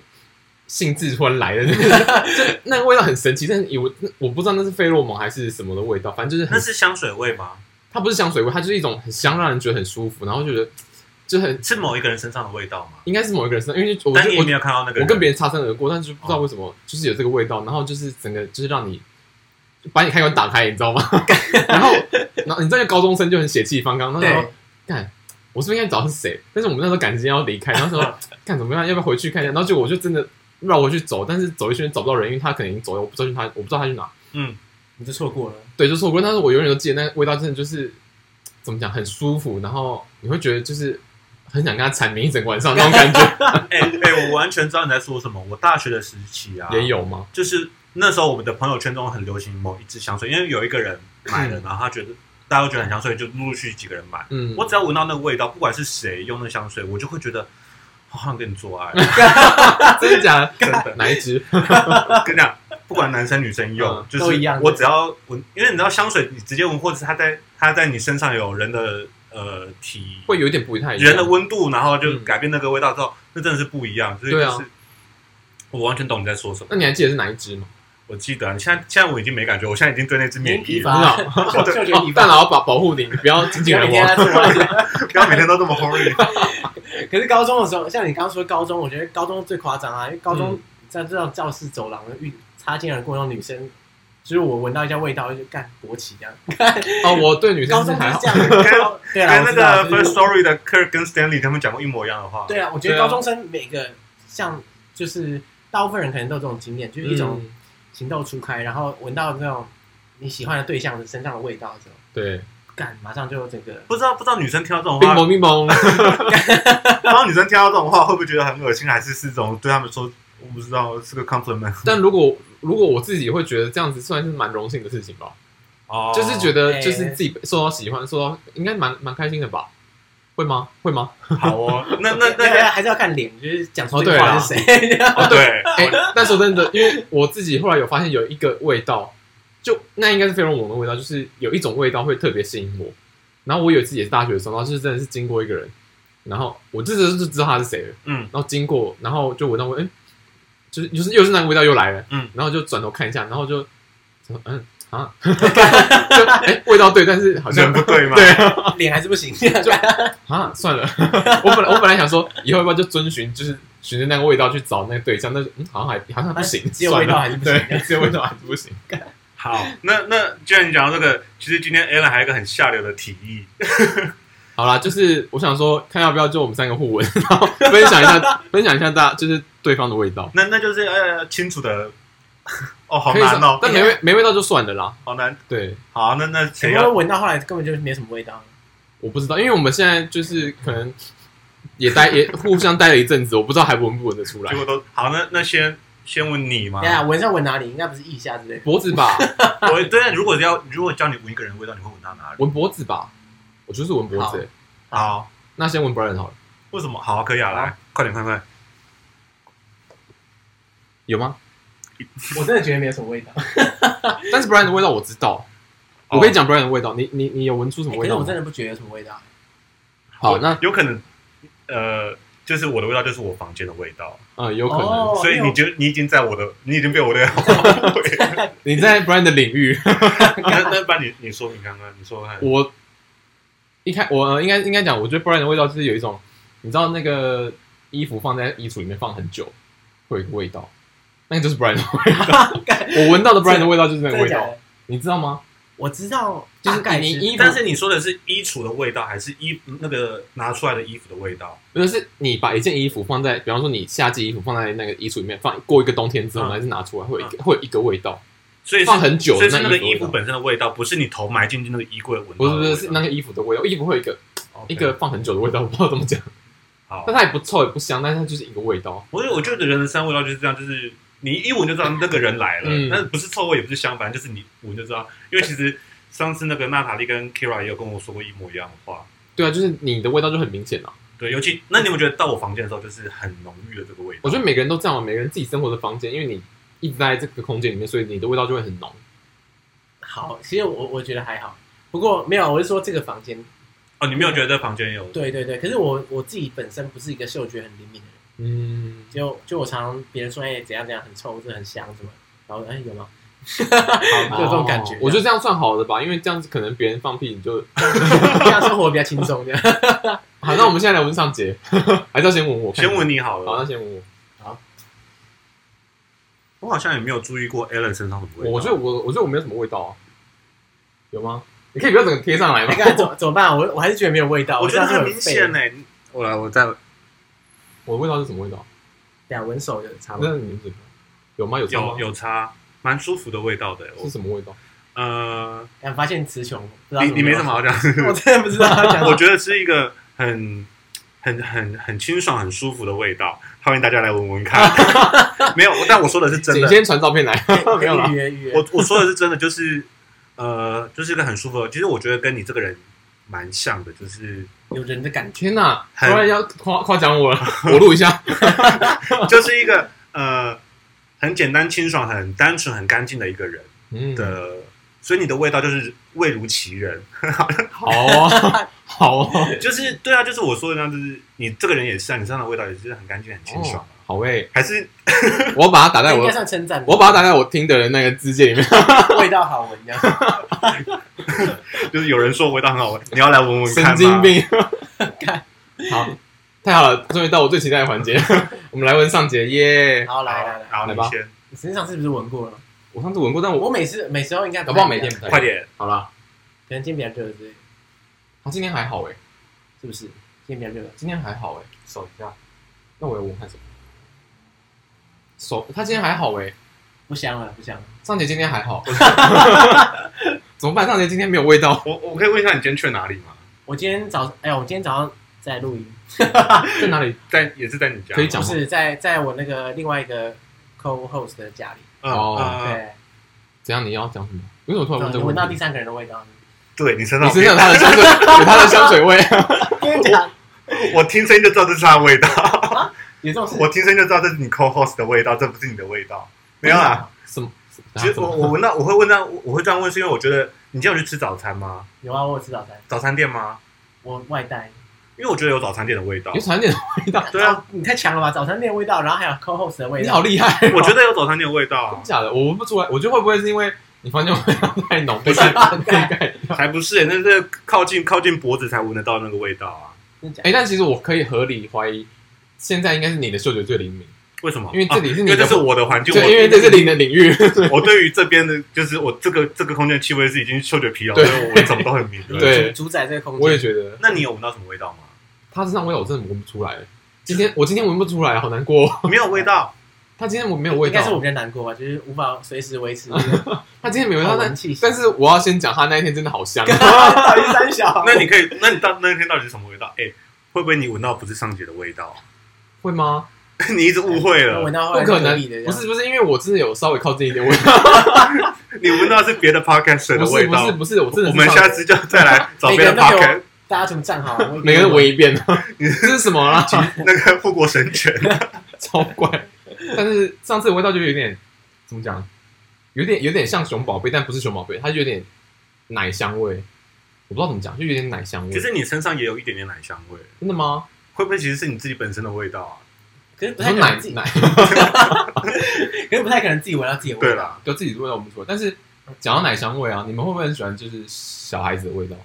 S3: 兴致突然来了， <laughs> 就是就那个味道很神奇，但是以为我不知道那是费洛蒙还是什么的味道，反正就是
S2: 那
S3: 很，
S2: 是香水味吗？
S3: 它不是香水味，它就是一种很香，让人觉得很舒服，然后觉得就很
S2: 是某一个人身上的味道吗？
S3: 应该是某一个人身上，因为就我
S2: 但
S3: 就
S2: 你也
S3: 我
S2: 没有看到那个人。
S3: 我跟别人擦身而过，但是就不知道为什么，就是有这个味道，然后就是整个就是让你把你开关打开，你知
S2: <laughs>
S3: 道吗？然后，然后你这个高中生就很血气方刚，那时候
S1: 对
S3: 干，我是不是应该找是谁？但是我们那时候赶时间要离开，然
S2: <laughs>
S3: 后说干怎么样，要不要回去看一下？然后结果我就真的绕回去走，但是走一圈找不到人，因为他可能已经走了，我不知道去他，我不知道他去哪。
S2: 嗯，
S1: 你就错过 <laughs>
S3: <laughs>
S1: 了，
S3: 对，就错过。但是我永远都记得那个味道，真的就是怎么讲，很舒服，然后你会觉得就是很想跟他缠绵一整晚上那种
S1: <laughs>
S3: 感觉。 <laughs>
S2: 哎哎，我完全知道你在说什么。我大学的时期啊，
S3: 也有吗？
S2: 就是那时候我们的朋友圈中很流行某一支香水，因为有一个人买了，然后他觉得大家都觉得很香，所以就陆陆续续几个人买。
S3: 嗯，
S2: 我只要闻到那个味道，不管是谁用那香水，我就会觉得好想跟你做爱，
S3: <laughs> 真的假的？
S2: 真的。
S3: 哪一只？
S2: 跟你讲，不管男生女生用
S3: 嗯，
S2: 就
S1: 都
S2: 是
S1: 一样
S2: 我只要闻，因为你知道香水，你直接闻，或者是它在它在你身上有人的呃体
S3: 会有一点不太一样。
S2: 人的温度，然后就
S3: 嗯
S2: 改变那个味道之后，那真的是不一样。所以就
S3: 对啊
S2: 是我完全懂你在说什么。
S3: 那你还记得是哪一只吗？
S2: 我记得啊，你现在现在我已经没感觉，我现在已经对那只免疫
S1: 疲
S2: 了。
S1: 乏
S3: 啊，
S1: <laughs> 就就觉得
S3: 哦
S1: 你，
S3: 大佬保保护你，不要紧
S1: 不
S3: 紧
S1: 要
S3: 的
S1: 每天在
S3: 我。
S1: 做梦。
S2: 不要每天都这么 horny。
S1: 可是高中的时候，像你刚刚说高中，我觉得高中最夸张啊，因为高
S3: 嗯
S1: 中在这种教室走廊遇擦肩而过那种女生，就是我闻到一下味道就干勃起这样。
S3: 哦，我对女
S1: 高
S3: 生
S1: 中
S3: 是
S1: 就
S3: 还
S1: 是
S3: 好
S1: 这。样，对啊，
S2: 跟
S1: 我
S2: 那
S1: 知道
S2: 个
S1: 就是
S2: First Story 的 Kirk 跟 Stanley 他们讲过一模一样的话。
S1: 对啊，我觉得
S3: 对啊
S1: 高中生每个像就是大部分人可能都有这种经验，就是一种
S3: 嗯，
S1: 情窦初开，然后闻到那种你喜欢的对象的身上的味道的时候，
S3: 对，
S1: 干马上就有整个
S2: 不知道不知道女生听到这种
S3: 冰
S2: 话，
S3: 崩冰崩，
S2: 不知道女生听到这种话会不会觉得很恶心，还是是这种对他们说我不知道是个 compliment
S3: 但如果如果我自己会觉得这样子算是蛮荣幸的事情吧，
S2: 哦
S3: 就是觉得
S1: 哎
S3: 就是自己受到喜欢，受到应该蛮蛮开心的吧？会吗？会吗？
S2: 得好
S3: <laughs>
S2: 哦。那那那
S1: 对
S2: 个
S1: 啊还是要看脸，就是讲出
S3: 哦
S1: 这
S3: 对
S1: 句话
S3: 啊
S1: 是谁。 <laughs>
S2: 哦对，
S3: <laughs> 哎，但说真的，因为我自己后来有发现有一个味道，就那应该是费洛蒙的味道，就是有一种味道会特别吸引我。然后我有一次也是大学的时候，然后就是真的是经过一个人，然后我这时候就知道他是谁了。
S2: 嗯
S3: 然后经过，然后就闻到味，哎，就是就是又是那个味道又来了，
S2: 嗯，
S3: 然后就转头看一下，然后就，嗯
S2: <laughs>
S3: 啊，就哎味道对，但是好像
S2: 人不对嘛，
S3: 对
S1: 脸还是不行。
S3: 啊算了， <laughs> 我本来我本来想说以后要不要就遵循就是循着那个味道去找那个对象，但是嗯好像还好像不行，
S1: 只有味道还是不行
S3: 算了对，只有味道还是不行，
S2: 好，那那既然你讲到这个，其实今天 Alan 还有一个很下流的提议，
S3: 好啦，就是我想说，看要不要就我们三个互闻，然后分享
S1: <laughs>
S3: 一下，分享一下大家就是对方的味道。
S2: 那那就是呃清楚的，哦，好
S3: 可以
S2: 难哦，
S3: 但没味没味道就算了啦。
S2: 好难。
S3: 对，
S2: 好，那那
S1: 全
S2: 谁
S1: 部都
S2: 要？啊
S1: 闻到后来根本就没什么味道。
S3: 我不知道，因为我们现在就是可能也待也互相待了一阵子，我不知道还闻不闻得出来
S2: 结果都好，那那先先问你嘛
S1: 等一。下闻是要闻哪里？应该不是腋下之
S2: <laughs>
S1: 类的。
S3: 脖子
S1: <laughs>
S3: 吧，
S2: 我对，啊如果要如果叫你闻一个人的味道，你会闻到哪里？
S3: 闻脖子吧，我就是闻脖子、欸
S2: 好，
S3: 那先闻 Brian 好了，
S2: 为什么？好，可以啊，来，快点，快快，
S3: 有吗？
S1: 我真的觉得没有什么
S2: <laughs>
S1: 味道。哎
S3: 但是 Brian 的味道我知道，我跟你讲 Brian 的味道，你你你有闻出什
S1: 哦哎
S3: 么
S1: 可
S3: 味
S1: 是
S3: 道
S1: 我
S3: 吗？
S1: 真的不觉得有什么味道。
S3: 好，那
S2: 哦有可能，呃，就是我的味道，就是我房间的味道，
S3: 呃有可能、
S1: 哦
S2: 所以
S1: 因为
S2: 你
S1: 我
S2: 就你已经在我的，你已经被
S3: <laughs>
S2: 我的味。
S3: 你在 Brian 的领域，
S2: <laughs> 那那把你你说你看看，你说看，
S3: 我一开我呃应该应该讲，我觉得 Brian 的味道就是有一种，你知道那个衣服放在衣橱里面放很久，会有一个味道，那个就是 Brian 的味
S2: <laughs>
S3: 道。我闻到的 Brian 的味道就是那
S1: 真
S3: 个
S1: 的
S3: 味
S1: 假
S3: 道，
S1: 的？
S3: 你知道吗？
S1: 我知道，
S3: 就
S1: 大
S3: 是
S1: 概
S3: 你
S1: 是
S3: 衣服
S2: 但，啊是你说的是衣橱的味道，还是衣那个拿出来的衣服的味道？
S3: 就是你把一件衣服放在，比方说你夏季衣服放在那个衣橱里面放过一个冬天之后，
S2: 嗯
S3: 还是拿出来会有一个会有一个味道，
S2: 所以是
S3: 放很久
S2: 所
S3: 的
S2: 以是那个
S3: 衣
S2: 衣服
S3: 服的味道。
S2: 本身的味道，不是你头埋进去那个衣柜闻
S3: 不
S2: 到的
S3: 是不
S2: 味道。
S3: 是是那个衣服的味道，衣服会有一个
S2: OK
S3: 一个放很久的味道，我不知道怎么讲，
S2: 好
S3: 但，它也不臭也不香，但是它就是一个味道。
S2: 我觉得我觉得人的三味道就是这样，就是你一闻就知道那个人来了，
S3: 嗯
S2: 但是不是臭味，也不是香，反正就是你闻就知道。因为其实上次那个娜塔莉跟 Kira 也有跟我说过一模一样的话，
S3: 对啊，就是你的味道就很明显啊。
S2: 对，尤其那你有没有觉得到我房间的时候就是很浓郁的这个味道？
S3: 我觉得每个人都这样，每个人自己生活的房间，因为你一直在这个空间里面，所以你的味道就会很浓。
S1: 好，其实我我觉得还好。不过没有，我是说这个房间，
S2: 哦，你没有觉得房间有
S1: 对对对。可是我我自己本身不是一个嗅觉很灵敏的人，
S3: 嗯，
S1: 就就我常常别人说哎怎样怎样很臭，这很香什么，然后哎有
S2: <laughs>
S1: 吗？
S2: 好
S1: 就有这种感觉
S3: 哦我觉得这样算好的吧，因为这样子可能别人放屁你就…… <laughs>
S1: 这样生活比较轻松这
S2: <laughs>
S1: 样。
S3: 好，那我们现在来闻上节，还是要先闻我？
S2: 先。闻你好了。
S3: 好，啊那先闻我。
S2: 我好像也没有注意过 Alan 身上的味道。
S3: 我我觉得我我觉得我没有什么味道啊，有吗？你可以不要整个贴上来吗
S1: 哎，？看怎么怎么办？我我还是觉得没有味道。
S2: 我觉得
S1: 这样
S2: 很
S1: 是
S2: 明
S1: 废
S2: 显呢、欸我来，我再
S3: 我的味道是什么味道？
S1: 等一下闻手有差吗？
S2: 嗯
S3: 那你们这个有吗？有差吗
S2: 有有差，蛮舒服的味道的、欸
S3: 是
S2: 我
S3: 什么味道？
S2: 呃，
S1: 哎发现词穷，不知道
S2: 你你没什么好讲， <laughs>
S1: <laughs> 我真的不知道要讲什
S2: 我
S1: 么。
S2: 觉得是一个很很很很清爽、很舒服的味道，欢迎大家来闻闻看。 <laughs> 没有，但我说的是真
S3: 请
S2: 的，
S3: 先传照
S2: <laughs>
S3: 片来。
S1: 可
S3: 没有啦
S1: 以预约预约。
S2: 我我说的是真的，就是呃，就是一个很舒服的。其实我觉得跟你这个人蛮像的，就是
S1: 有人的感觉，
S3: 天哪！突
S2: 很
S3: 然要夸夸奖我了，我录一下。
S2: 就是一个呃很简单、清爽、很单纯、很干净的一个人
S3: 嗯，
S2: 的。所以你的味道就是味如其人，
S3: 好哦， <laughs> 好哦。
S2: 就是对啊，就是我说的那样，就是你这个人也是啊，你身上的味道也是很干净、很清爽，
S3: 哦好诶、
S2: 还是
S3: 我要把它打在
S1: 那应
S3: 我
S1: 该
S3: 的，
S1: 算称赞。
S3: 我把它打在我听的人那个字界里面。
S1: <laughs> 味道好闻这样。
S2: 就是有人说味道很好闻，你要来闻闻看吗
S3: 神经病
S1: 看！
S3: 好，太好了，终于到我最期待的环节， <laughs> 我们来闻上节耶！
S1: 好，来来来，
S2: 好，
S3: 来
S2: 你
S3: 吧
S2: 先，
S1: 你身上是不是闻过了？
S3: 我上次闻过，但我
S1: 我每次每时候应该
S3: 搞
S1: 太
S3: 不好
S1: 一
S3: 每
S1: 样
S3: 天不太一样
S2: 快。点，
S3: 好啦，
S1: 可能今天比较热之类的，
S3: 他今天还好诶，
S1: 是不是？今天比较热，
S3: 今天还好诶，手一下，那我要闻看什么？手，他今天还好诶，
S1: 不香了，不香了。
S3: 上节今天
S2: <laughs>
S3: 还好，怎么办？上节今天没有味道，
S2: 我我可以问一下你今天去哪里吗？
S1: 我今天早，哎呀，我今天早上在录音，
S3: 在哪里？
S2: 在也是在你家吗，
S3: 可以讲
S1: 不
S3: 吗
S1: 是在在我那个另外一个 co-host 的家里。
S2: 嗯
S3: 哦
S2: 呃
S1: 对，
S3: 怎样？你要讲什么？为什么突然
S1: 啊
S3: 问这
S1: 你
S3: 个问
S1: 闻到第
S3: 题？
S1: 三个人的味道，
S2: 对你身
S3: 你
S2: 上，
S3: 身上有他的香水，有他的香水味。
S1: 真的假的？
S2: 我听声音就知道这是他的味道，
S1: 有这种事？
S3: 啊
S2: 我听声音就知道这是你 co-host 的味道，这不是你的味道，没有啦，啊
S3: 什么？
S2: 其实我我闻到我会问到我会这样问，是因为我觉得你今天有去吃早餐吗？
S1: 有啊，我有吃早餐，
S2: 早餐店吗？
S1: 我外带。
S2: 因为我觉得有早餐店的味道
S3: 有。传点的味道，
S2: 对啊，
S1: 你太强了吧！早餐店的味道，然后还有 co-host 的味
S3: 你
S1: 道
S3: 好，厉害哦、
S2: 我觉得有早餐店的味道啊
S3: 真，假的，我闻不出来。我觉得会不会是因为你房间味道太浓，被
S2: 不是
S3: 盖被盖
S2: 才不是欸，那是靠近靠近脖子才闻得到那个味道啊。
S1: 真的假
S3: 哎、
S1: 的？
S3: 但其实我可以合理怀疑，现在应该是你的嗅觉最灵敏，
S2: 为什么？啊
S3: 因为这里是
S2: <laughs> 因
S3: 你
S2: 为
S3: 的，
S2: 这是我的环境，
S3: 就
S2: 我
S3: 因为这是你的领域。
S2: 我对于这边的，就是我这个这个空间的气味是已经嗅觉疲劳，所
S3: 对
S2: 以我闻什么都
S3: <laughs>
S2: 很敏
S1: 你
S2: 锐。
S3: 对
S1: 主主宰这个空
S3: 我也
S1: 间，
S3: 觉得
S2: 那你有闻到什么味道吗？
S3: 他身上味道我真的闻不出来。今天我今天闻不出来，好难过哦。
S2: 没有味道，
S3: 他今天我没有味
S1: 应该是我
S3: 道，
S1: 比较难过吧，就是无法随时维
S3: <laughs>
S1: 持这个
S3: 他今天没有味道，
S1: 好
S3: 但
S1: 闻气息。
S3: 但是我要先讲，他那一天真的
S1: <laughs>
S3: 好香。
S1: 到底是三小，
S2: 那你可以，那你到那天到底是什么味道？哎，会不会你闻到不是上节的味道？ <laughs>
S3: 会吗？
S2: 你一直误会
S1: 我
S2: 了
S1: 闻，到后
S3: 不
S1: 来
S3: 可能
S1: 哦是隔壁的，
S3: 不是不是，因为我真的有稍微靠近
S1: <laughs>
S3: 一点味道，
S2: 你闻到是别的 podcast 的
S3: 不是
S2: 味
S3: 不是
S2: 道。
S3: 不是，我真的
S2: 我
S3: 是
S2: 们
S3: 稍微
S2: 下次就再来找
S1: 每
S2: 别的
S1: 个人都有
S2: podcast，
S1: 大家怎么站好？我
S3: 每个人闻一遍，
S1: <laughs>
S3: 这是什么啊？
S2: 那个富国神犬，
S3: <laughs> 超怪。但是上次的味道就有点怎么讲，有点有点像熊宝贝，但不是熊宝贝，它有点奶香味，我不知道怎么讲，就有点奶香味
S2: 其。实你身上也有一点点奶香味，
S3: 真的吗？
S2: 会不会其实是你自己本身的味道啊？
S1: 可是不
S3: 你
S1: 太
S3: 说
S1: 可
S3: 奶
S1: 能自己，
S3: 奶，
S1: 可是不太可能自己闻到自己的味
S2: 对
S1: 道。
S2: 啦，
S3: 就自己的味道我不错。但是讲到奶香味啊，你们会不会很喜欢就是小孩子的味道？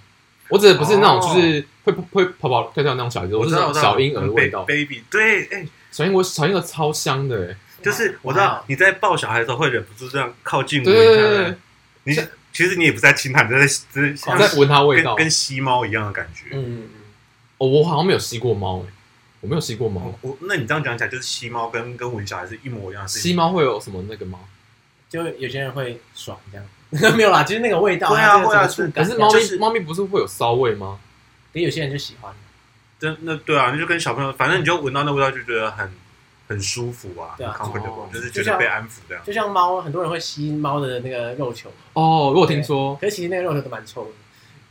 S3: 我指的不是那种就是会会跑跑跳跳那种小孩子，我是
S2: 知
S3: 那
S2: 道
S3: 种
S2: 哦我知道
S3: 小婴儿的味道。
S2: ，baby，对，哎，
S3: 小婴儿小婴儿超香的、欸，
S2: 就是我知道你在抱小孩的时候会忍不住这样靠近我
S3: 对
S2: 一
S3: 对
S2: 下，
S3: 对对，
S2: 嗯你其实你也不在亲他，你在只
S3: 我在闻它味道
S2: 跟。跟吸猫一样的感觉。
S1: 嗯，嗯，嗯
S3: 哦，我好像没有吸过猫、欸，我没有吸过猫
S2: 哦。我那你这样讲起来，就是吸猫跟跟闻小孩是一模一样的事
S3: 吸
S2: 情。
S3: 猫会有什么那个吗？
S1: 就有些人会爽这样， <laughs> 没有啦，就是那个味道，
S2: 对啊
S1: 它这个
S2: 会
S1: 整
S2: 啊
S1: 个触
S3: 可
S1: 感，
S3: 是猫咪、
S2: 就是
S3: 猫咪不是会有骚味吗？
S1: 可是有些人就喜欢。
S2: 真那对啊，那就跟小朋友，反正你就闻到那味道就觉得很很舒服啊，
S1: 对啊
S2: 很 comfortable，、
S3: 哦
S2: 就是觉得被安抚这样。
S1: 就像猫，很多人会吸猫的那个肉球，
S3: 哦，我有听说，
S1: 可是其实那个肉球都蛮臭的。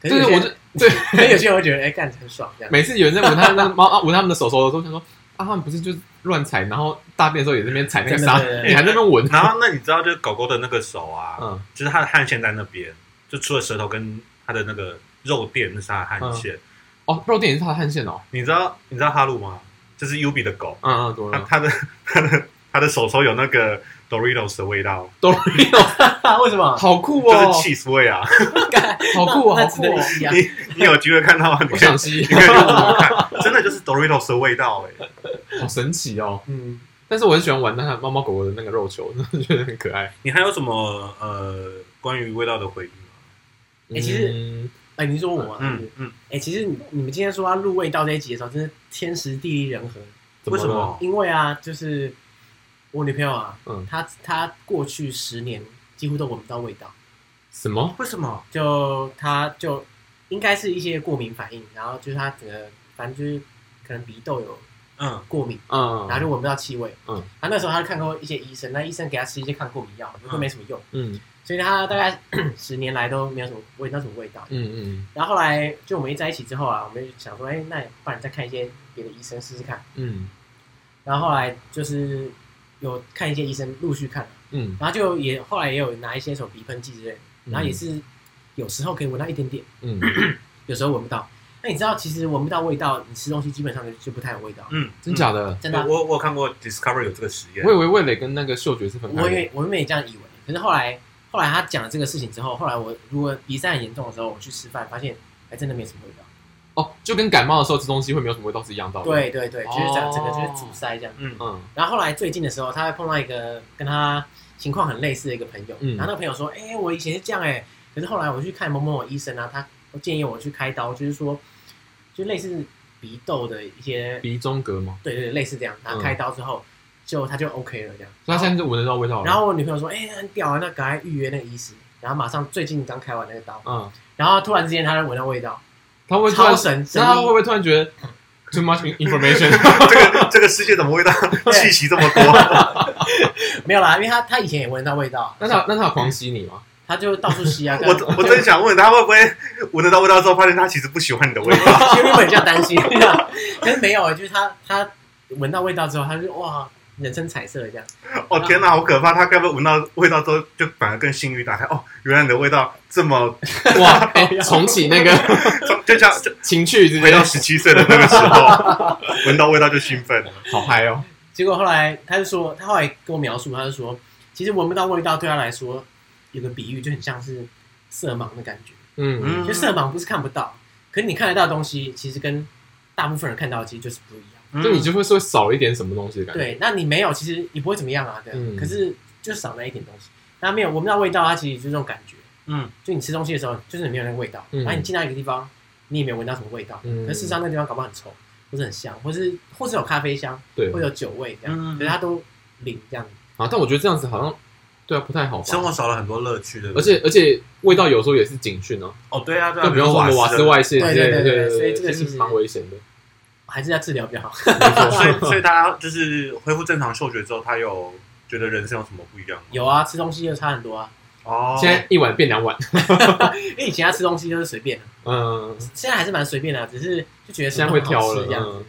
S1: 可
S3: 对
S1: 是有些
S3: 对，我就对，
S1: <laughs> 可是有些人会觉得，哎，干很爽
S3: <laughs>
S1: 这样。
S3: 每次有人在闻它那猫啊，闻它们的手手的时候，想说啊，他们不是就是乱踩，然后大便的时候也在那边踩在
S1: 真的
S3: 沙，
S1: 对对对
S3: 你还在那边闻， <laughs>
S2: 然后那你知道，就是狗狗的那个手啊，
S3: 嗯，
S2: 就是它的汗腺在那边，就除了舌头跟它的那个肉垫，那是它的汗腺。
S3: 哦，肉垫也是它的汗腺哦，
S2: 你知道你知道哈鲁吗？就是 U B 的狗，
S3: 嗯嗯，多
S2: 它
S3: 了，
S2: 它的它的它的手手有那个 Doritos 的味道，
S3: 都没有，
S1: 为什么？
S3: <laughs> 好酷
S2: <laughs> 就是
S3: 哦，
S2: cheese 味啊。
S3: 好酷哦，
S1: <laughs> 那
S3: 好
S1: 值
S3: 酷
S1: 得一
S3: 哦，
S1: 吸啊！
S2: 你你有机会看到吗？你
S3: 我
S2: 可以
S3: 想吸 <laughs>
S2: 你，可以去闻闻看，真的就是 Doritos 的味道哎、
S3: 好神奇哦。
S1: 嗯，
S3: 但是我很喜欢玩那猫猫狗狗的那个肉球， <laughs> 觉得很可爱。
S2: 你还有什么呃关于味道的回忆吗？
S1: 欸其实
S3: 嗯
S1: 哎，你说我啊，是不
S2: 嗯
S1: 是
S2: 嗯，
S1: 哎，其实你你们今天说要录味道这一集的时候，真是天时地利人和。
S3: 怎
S2: 为什
S3: 了？
S2: 么？
S1: 因为啊，就是我女朋友啊，
S3: 嗯
S1: 她她过去十年几乎都闻不到味道，
S3: 什么？
S2: 为什么？
S1: 就她就应该是一些过敏反应，然后就是她整个反正就是可能鼻窦有
S2: 嗯，
S1: 过敏，
S3: 嗯，
S1: 然后就闻不到气味。
S3: 嗯，
S1: 她那时候她就看过一些医生，那医生给她吃一些抗过敏药，都没什么用，
S3: 嗯
S1: 所以她大概 <coughs> 十年来都没有什么闻到什么味道。
S3: 嗯嗯
S1: 然后后来就我们一在一起之后啊，我们就想说，哎，那不然再看一些别的医生试试看。
S3: 嗯
S1: 然后后来就是有看一些医生陆续看。
S3: 嗯，
S1: 然后就也后来也有拿一些什么鼻喷剂之类的，
S2: 嗯
S1: 然后也是有时候可以闻到一点点，
S3: 嗯，
S1: 有时候闻不到。那你知道，其实闻不到味道，你吃东西基本上就就不太有味道。
S2: 嗯，
S3: 真假的？
S1: 真的啊、
S2: 我我我有看过 Discovery 有这个实验
S3: 我以，为味蕾跟那个嗅觉是分开
S1: 我
S3: 的。
S1: 也我原本也这样以为，可是后来后来他讲了这个事情之后，后来我如果鼻塞很严重的时候，我去吃饭发现还真的没什么味道。
S3: 哦，就跟感冒的时候吃东西会没有什么味道是一样道理。，
S1: 对对对，就是
S3: 哦
S1: 整整个就是阻塞这样。
S2: 嗯，
S3: 嗯
S1: 然后后来最近的时候，他会碰到一个跟他情况很类似的一个朋友，
S3: 嗯
S1: 然后那个朋友说：“哎、我以前是这样哎、可是后来我去看某某某医生啊，他建议我去开刀，就是说，就类似鼻窦的一些，
S3: 鼻中隔嘛，
S1: 对对对类似这样。然后开刀之后，就他就 OK 了这样。
S3: 所
S1: 然
S3: 以它
S1: 后
S3: 现在就闻得到味道了。
S1: 然后我女朋友说：“哎、那很屌啊，那赶快预约那个医师。”然后马上最近刚开完那个刀，
S3: 嗯，
S1: 然后突然之间他就闻到味道，
S3: 他会突
S1: 超
S3: 然，
S1: 神神
S3: 那他会不
S1: 医，
S3: 会突然觉得 too much
S1: <laughs>
S3: information？
S2: 这个这个世界怎么味道 <laughs> 气息这么多？
S1: 没有啦，因为他他以前也闻到味道，
S3: 那他那他有狂吸你吗？
S1: 他就到处吸啊。
S3: <laughs>
S2: 我我真想问他会不会闻得到味道之后，发现他其实不喜欢你的味
S1: <laughs>
S2: 道？
S1: 啊因为原本就要担心，可是没有，就是他他闻到味道之后，他就哇，人生彩色这样。
S2: 哦天哪，好可怕！他该不会闻到味道都就反而更性欲打开？哦，原来你的味道这么，
S1: <laughs>
S3: 哇，哎重启那个
S2: 就像就
S3: 情趣之
S2: 回
S3: 类
S2: 到，十七岁的那个时候，闻到味道就兴奋了。
S3: 好嗨哦！
S1: 结果后来他就说，他后来跟我描述，他就说，其实闻不到味道对他来说有个比喻，就很像是色盲的感觉。
S3: 嗯，
S1: 其实色盲不是看不到，可是你看得到的东西，其实跟大部分人看到的其实就是不一样。
S2: 嗯
S3: 就你就会说少一点什么东西的感觉。
S1: 对，那你没有，其实也不会怎么样啊，对。
S3: 嗯
S1: 可是就少那一点东西，那没有闻不到味道，它其实就是这种感觉。
S2: 嗯
S1: 就你吃东西的时候，就是你没有那个味道，
S3: 嗯
S1: 然后你进到一个地方，你也没有闻到什么味道，
S3: 嗯
S1: 可是事实上那个地方搞不好很臭，或者很香，或是或是有咖啡香，
S3: 对
S1: 或者有酒味这样，
S2: 嗯
S1: 可是它都零这样。
S3: 啊，但我觉得这样子好像对啊不太好吧。
S2: 嗯生活少了很多乐趣，对不
S3: 而
S2: 对？
S3: 且而且味道有时候也是警讯哦，
S2: 哦，对啊，对啊，
S3: 更不用说我们瓦斯
S2: 的
S3: 外泄，
S1: 对
S3: 对
S1: 对对对
S3: 对，
S1: 所以这个
S3: 其
S1: 其
S3: 实
S1: 实
S3: 蛮危险的。
S1: 还是要治疗比较好。
S2: 所
S3: <laughs>
S2: 以所以大家就是恢复正常嗅觉之后，他有觉得人生有什么不一样吗？
S1: 有啊，吃东西就差很多啊，
S2: 哦，
S3: 现在一碗变两碗，
S1: 因为以前他吃东西就是随便的，啊
S3: 嗯，
S1: 现在还是蛮随便的啊，只是就觉得什
S3: 现
S1: 么
S3: 在
S1: 都很
S3: 会挑
S1: 好
S3: 了
S1: 吃，这样子
S3: 嗯。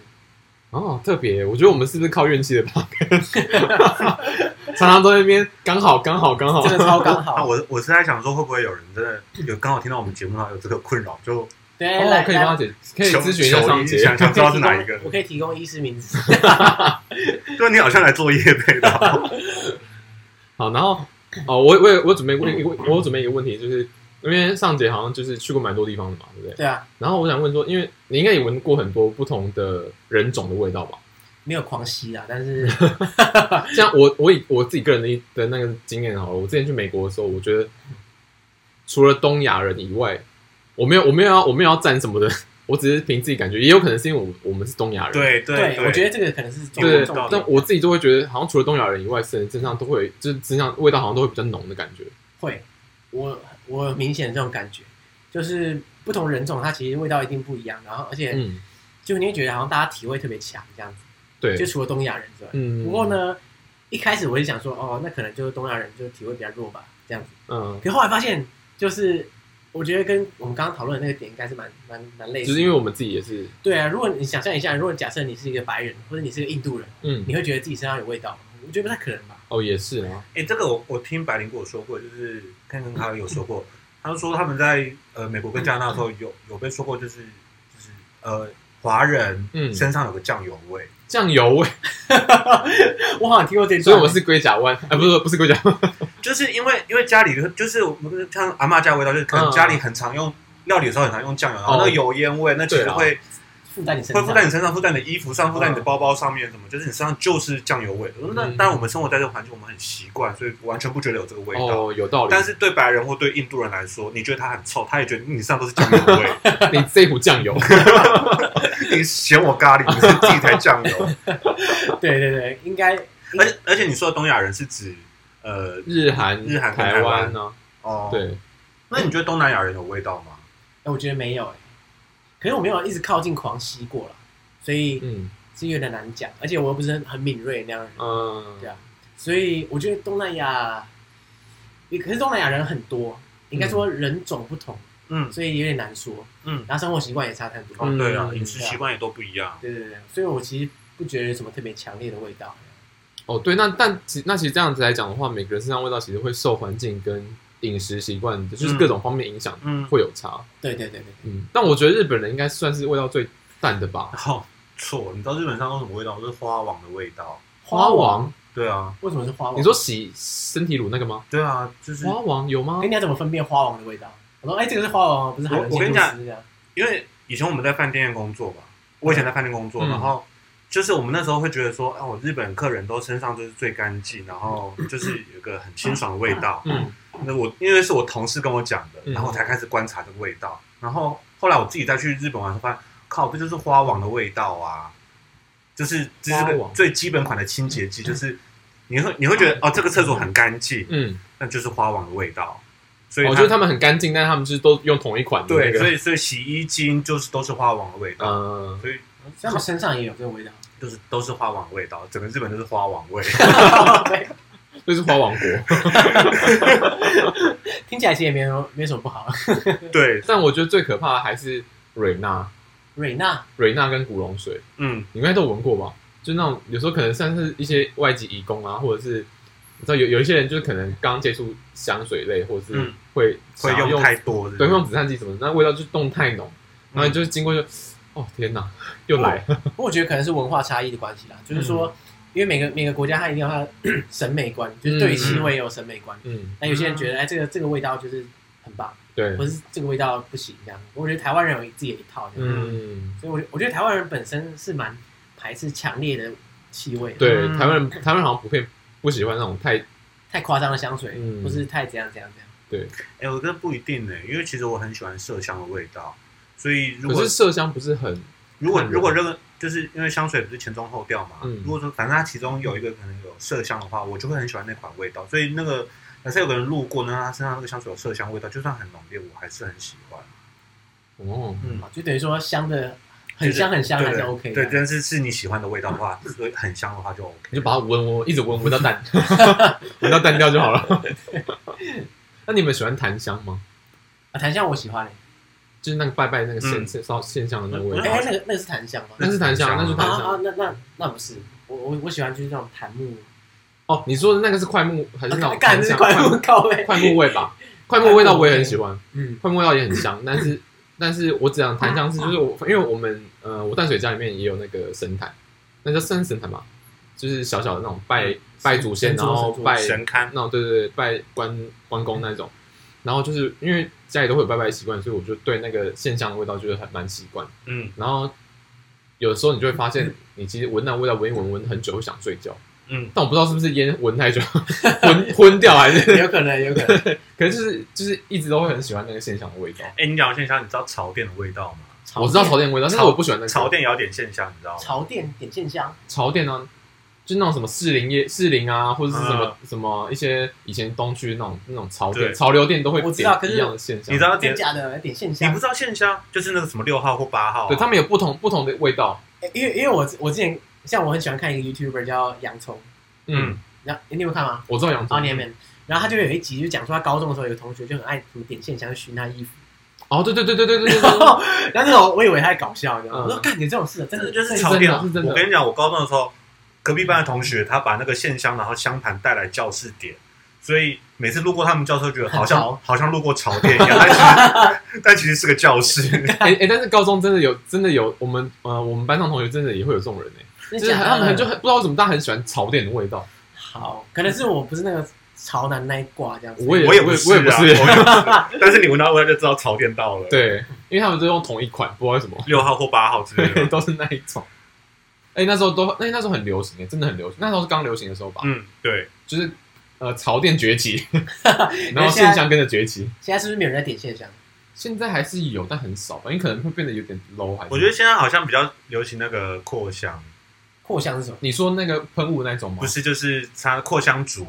S3: 哦，特别，我觉得我们是不是靠运气的吧？ <laughs> 常常都在那边刚好刚好刚好，哦
S1: 真的超刚
S2: 啊，
S3: <laughs>
S1: 好。
S2: 我我是在想说，会不会有人真的有刚好听到我们节目上有这个困扰，就
S1: 对，
S3: 哦
S1: 来，
S3: 可以
S1: 来
S3: 帮他解，可以
S2: 求
S3: 咨询一下
S2: 求
S3: 上
S2: 医
S3: 节，
S2: 想想知道是哪一
S1: 我
S2: 个
S3: <laughs>
S1: 可以提供？我可以提供医师名字。
S2: 对，你好像来做业配
S3: <laughs>
S2: 的，哦
S3: 好，然后哦，我我也我有准备问一个问，我有准备一个问题，就是因为上节好像就是去过蛮多地方的嘛，对不对？
S1: 对啊，
S3: 然后我想问说，因为你应该也闻过很多不同的人种的味道吧？
S1: 没有狂吸啊，但
S3: <laughs>
S1: 是
S3: 像我我以我自己个人的一的那个经验好了，我之前去美国的时候，我觉得除了东亚人以外，我没有我没有要我没有要占什么的，我只是凭自己感觉，也有可能是因为我我们是东亚人，
S2: 对对
S1: 我觉得这个可能是重
S3: 对
S1: 重
S2: 有道
S1: 点
S2: 理
S3: 但我自己就会觉得，好像除了东亚人以外，身身上都会有就是身上味道好像都会比较浓的感觉。
S1: 会，我我有明显这种感觉，就是不同人种它其实味道一定不一样，然后而且
S3: 嗯，
S1: 就你会觉得好像大家体味特别强这样子，
S3: 对
S1: 就，除了东亚人之外。
S3: 嗯，
S1: 不过，呢，一开始我就想说，哦，那可能就是东亚人就体味比较弱吧，这样子。
S3: 嗯，
S1: 可是后来发现，就是我觉得跟我们刚刚讨论的那个点应该是蛮蛮蛮类似
S3: 就
S1: 的，
S3: 是因为我们自己也是，
S1: 对啊，如果你想象一下，如果假设你是一个白人或者你是一个印度人，
S3: 嗯，
S1: 你会觉得自己身上有味道吗？我觉得不太可能吧。
S3: 哦，也是啊，
S2: 哎、这个我我听百灵跟我说过，就是看跟他有说过，他就说他们在呃美国跟加拿大的时候有有被说过、就是，就是呃华人
S3: 嗯
S2: 身上有个酱油味，
S3: 酱油味，
S1: 我好像听过这一段，
S3: 所以我们是龟甲湾，哎，不是不是龟甲湾，
S2: 就是因为因为家里的就是我们像阿嬷家的味道，就是可能
S3: 嗯哦
S2: 家里很常用料理的时候很常用酱油，然后那个油烟味，那其实
S3: 对啊
S2: 会
S1: 附在你身
S2: 会
S1: 上，
S2: 附在你身上，附在你的衣服上，附在你的包包上面，什么就是你身上就是酱油味。那
S3: 嗯
S2: 当然我们生活在这个环境，我们很习惯，所以完全不觉得有这个味道。
S3: 哦，有道理，
S2: 但是对白人或对印度人来说，你觉得他很臭，他也觉得你身上都是酱油 <laughs> 味，
S3: 你这一壶酱油，
S2: 你嫌我咖喱，你是自己才酱油。
S1: 对对对，应该哎
S2: <laughs> 而且而且你说的东亚人是指呃
S3: 日韩、
S2: 日韩跟
S3: 台
S2: 台湾
S3: 湾呢？
S2: 哦，，
S3: 对，
S2: 那你觉得东南亚人有味道吗？
S1: 哎我觉得没有哎、可是我没有一直靠近狂吸过了，所以
S3: 嗯
S1: 是有点难讲，而且我又不是很敏锐那样的人，
S3: 嗯
S1: 对，啊，所以我觉得东南亚，也可是东南亚人很多，应该说人种不同，
S2: 嗯
S1: 所以有点难说，
S2: 嗯，
S1: 然后生活习惯也差太多，
S2: 哦对啊，
S3: 嗯
S2: 饮食习惯也都不一样。
S1: 对对对，所以我其实不觉得有什么特别强烈的味道，
S3: 哦对，那但其那其实这样子来讲的话，每个人身上味道其实会受环境跟饮食习惯，就是
S2: 嗯
S3: 各种方面影响
S2: 嗯，
S3: 会有差。
S1: 对对对对对，
S3: 嗯，但我觉得日本人应该算是味道最淡的吧。
S2: 好错，你知道日本上都什么味道？都是花王的味道。
S3: 花王，
S2: 对啊，
S1: 为什么是花王？
S3: 你说洗身体乳那个吗？
S2: 对啊，就是
S3: 花王有吗嗯
S1: 哎，？你要怎么分辨花王的味道？我说，哎，这个是花王哦，不是海伦
S2: 我我跟
S1: 仙
S2: 你
S1: 露
S2: 讲
S1: 丝这样。
S2: 因为以前我们在饭店工作嘛，我以前在饭店工作，
S3: 嗯
S2: 然后就是我们那时候会觉得说，啊，我日本客人都身上就是最干净，然后就是有个很清爽的味道。
S3: 嗯
S2: 那我因为是我同事跟我讲的，
S3: 嗯
S2: 然后我才开始观察这个味道，然后后来我自己再去日本玩，发现靠，这就是花王的味道啊，就是这是
S3: 花
S2: 个
S3: 王
S2: 最基本款的清洁剂，就是你会你会觉得哦，这个厕所很干净，
S3: 嗯，
S2: 那就是花王的味道，所以
S3: 我
S2: 它
S3: 觉得他们很干哦净，但是他们就是都用同一款的那
S2: 对，所
S3: 个。
S2: 以所以洗衣精就是都是花王的味道，
S3: 嗯，
S2: 所以
S1: 所以他们身上也有这个味
S2: <laughs>
S1: 道。 <laughs>
S2: 就是都是花王味道，整个日本都是花王
S3: <laughs>
S2: 味。
S3: 就是花王国。 <laughs>
S1: 听起来其实也没有没什么不
S3: <laughs>
S1: 好。啊
S2: 对，
S3: 但我觉得最可怕的还是瑞娜，
S1: 瑞娜，
S3: 瑞娜跟古龙水，
S2: 嗯，
S3: 你应该都闻过吧？就那种有时候可能像是一些外籍移工啊，或者是你知道有有一些人就是可能刚接触香水类，或者是
S2: 嗯
S3: 会
S2: 会
S3: 想要
S2: 用太嗯多的，
S3: 对会用止汗剂什么的，那味道就动太浓，然后你就是经过就、哦天哪，又来
S2: 哦
S3: 了，
S1: 不过我觉得可能是文化差异的关系啦，
S3: 嗯
S1: 就是说，因为每个每个国家它一定有它的 <clears throat> 审美观，就是对于气味也有审美观。
S3: 嗯，
S1: 那有些人觉得，哎，这个这个味道就是很棒，
S3: 对，
S1: 或是这个味道不行这样。我觉得台湾人有自己的一套，这样
S3: 嗯，
S1: 所以我我觉得台湾人本身是蛮排斥强烈的气味的，
S3: 对，
S2: 嗯
S3: 台湾人台湾人好像普遍不喜欢那种太
S1: 太夸张的香水，
S3: 嗯
S1: 或是太怎样怎样怎样。
S2: 哎、我觉得不一定呢、因为其实我很喜欢麝香的味道，所以如
S3: 可
S2: 果
S3: 是麝香不是很
S2: 如果
S3: 看人
S2: 如果这个就是因为香水不是前中后调嘛，
S3: 嗯
S2: 如果说反正它其中有一个可能有麝香的话，我就会很喜欢那款味道，所以那个假设有个人路过呢，他身上那个香水有麝香味道，就算很浓烈，我还是很喜欢。
S3: 哦，
S2: 嗯，
S1: 就等于说香的很香很香还是 OK
S2: 对，
S1: 的。
S2: 对但是是你喜欢的味道的话，所以很香的话就 OK。
S3: 你就把它闻闻，一直闻闻
S2: <laughs>
S3: 到淡，闻到淡掉就好了。 <laughs> 那你们喜欢檀香吗？
S1: 啊，檀香我喜
S3: 哎
S1: 欢欸，
S3: 就是那个拜拜那个现
S2: 嗯
S3: 现烧现象的那个
S2: 我
S3: 味道
S2: 觉，
S1: 哎，那个那个是檀
S3: <laughs>
S1: 香吗？
S3: 那是檀香，哦那是
S1: 啊
S3: 檀
S1: 啊
S3: 香。，
S1: 那那那不是，我我我喜欢就是那种檀木，
S3: 哦，你说的那个是快木还呃是那 <laughs>
S1: <laughs>
S3: 种
S1: 干这
S3: 檀
S1: 是
S3: 香？
S1: 快木高味，
S3: 快木味吧，快木味道我也很喜
S1: <laughs>
S3: 欢，
S1: 嗯
S3: 快木味道也很香，但是但是我只想檀香是就是我，因为我们呃我淡水家里面也有那个神坛，那叫神神坛吧，就是小小的那种拜拜祖先，
S1: 嗯神
S3: 然
S1: 桌
S3: 后
S1: 神桌
S3: 拜
S2: 神龛，
S3: 那种对对对，拜关关公那种。然后就是因为家里都会有拜拜习惯，所以我就对那个现象的味道就是很蛮习惯。
S2: 嗯
S3: 然后有时候你就会发现，你其实闻那味道闻一闻闻很久，会想睡觉。
S2: 嗯，
S3: 但我不知道是不是烟闻太久 <laughs> 昏昏掉，还是
S1: 有可能有可能
S3: 可是就是就是一直都会很喜欢那个现象的味道。
S2: 哎、你讲到线香，你知道潮店的味道吗？
S1: 草
S3: 我知道
S1: 甸
S3: 潮店味道，但是我不喜欢那个
S2: 潮店也要点线香，你知道吗？
S1: 潮店点线香，
S3: 潮店呢，就那种什么士林夜士林啊，或者是什么、
S2: 啊
S3: 什么一些以前东区那种那种潮店
S2: 对
S3: 潮流店都会
S1: 我知道可
S3: 点
S1: 是
S3: 一样的现象。
S2: 你知道
S1: 真
S2: 点，
S1: 假的点线
S2: 你
S1: 香
S2: 不知。道线香就是那个什么六号或八号啊、
S3: 对他们有不同不同的味道。
S1: 哎因为因为我我之前像我很喜欢看一个 YouTuber 叫洋葱，
S3: 嗯，
S1: 然后你有看吗？
S3: 我知道洋葱。
S1: 啊，你们，然后他就有一集就讲说他高中的时候有同学就很爱涂点线香熏他衣服，
S3: 哦，对对对对对对对
S1: 然
S3: 对，
S1: 后然后那时候我以为他在搞笑，你知道吗？
S3: 嗯
S1: 我说干你这种事真
S2: 真
S1: 的
S2: 的就是
S1: 真的
S2: 潮店啊
S3: 是真的是真的
S2: 我跟你讲，我高中的时候，隔壁班的同学他把那个线香，然后香盘带来教室点，所以每次路过他们教室，觉得好
S1: 很
S2: 像
S1: 潮
S2: 好像路过潮店一样，但其实 <laughs> 但其实是个教
S3: <laughs>
S2: 室。
S3: 哎哎，但是高中真的有真的有我们呃我们班上同学真的也会有这种人哎，
S1: 真
S3: 就
S1: 的假
S3: 是
S1: 的
S3: 他们很就很不知道为什么大家很喜欢潮店的味道。
S1: 好，可能是我不是那个潮男那一挂这样子。
S3: 我也
S2: 我也
S3: 我
S2: 不
S3: 也
S2: 是
S3: 我也不
S2: 啊，
S3: 是
S2: 我也不是但是你闻到味道就知道潮店到了。，
S3: 对，因为他们都用同一款，不知道为什么，
S2: 六号或八号之类
S3: 对，
S2: 的。
S3: <laughs> 都是那一种。哎，那时候都那那时候很流行哎，真的很流行，那时候是刚流行的时候吧，
S2: 嗯，对，
S3: 就是呃潮店
S1: <laughs>
S3: 崛起，然后
S1: 现在
S3: 现象跟着崛起。
S1: 现在是不是没有人在点线香？
S3: 现在还是有，但很少吧，因为可能会变得有点 low 还是。
S2: 我觉得现在好像比较流行那个扩香，
S1: 扩香是什么？
S3: 你说那个喷雾那种吗？
S2: 不是就是它扩香烛，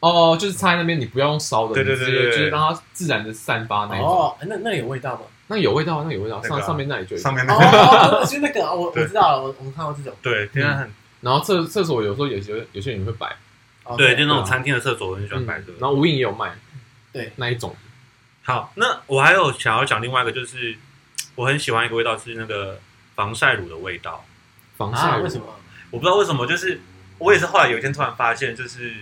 S3: 哦，就是插在那边，你不要用烧的，
S2: 对对
S3: 你
S2: 对
S3: 直接
S2: 对对
S3: 就是让它自然的散发那一种。
S1: 哦，那那里有味道吗？
S3: 那有味道，那有味道，
S2: 那个啊
S3: 上上面那里就有。
S2: 上面那
S1: <laughs>
S2: 个，
S1: 哦，就是那个，哦我我
S2: 对
S1: 知道了，我我看过这种。
S2: 对，现在
S3: 嗯
S2: 很
S3: 然后厕厕所有时候有些有些人会摆，
S1: 哦
S2: 对，就
S1: 对
S2: 那种餐厅的厕所，我很喜欢摆这个。
S3: 然后无印也有卖
S1: 对，
S3: 那一种，
S2: 好，那我还有想要讲另外一个，就是我很喜欢一个味道是那个防晒乳的味道。
S3: 防晒
S1: 啊，
S3: 乳
S1: 为什？么？
S2: 我不知道为什么，就是我也是后来有一天突然发现，就是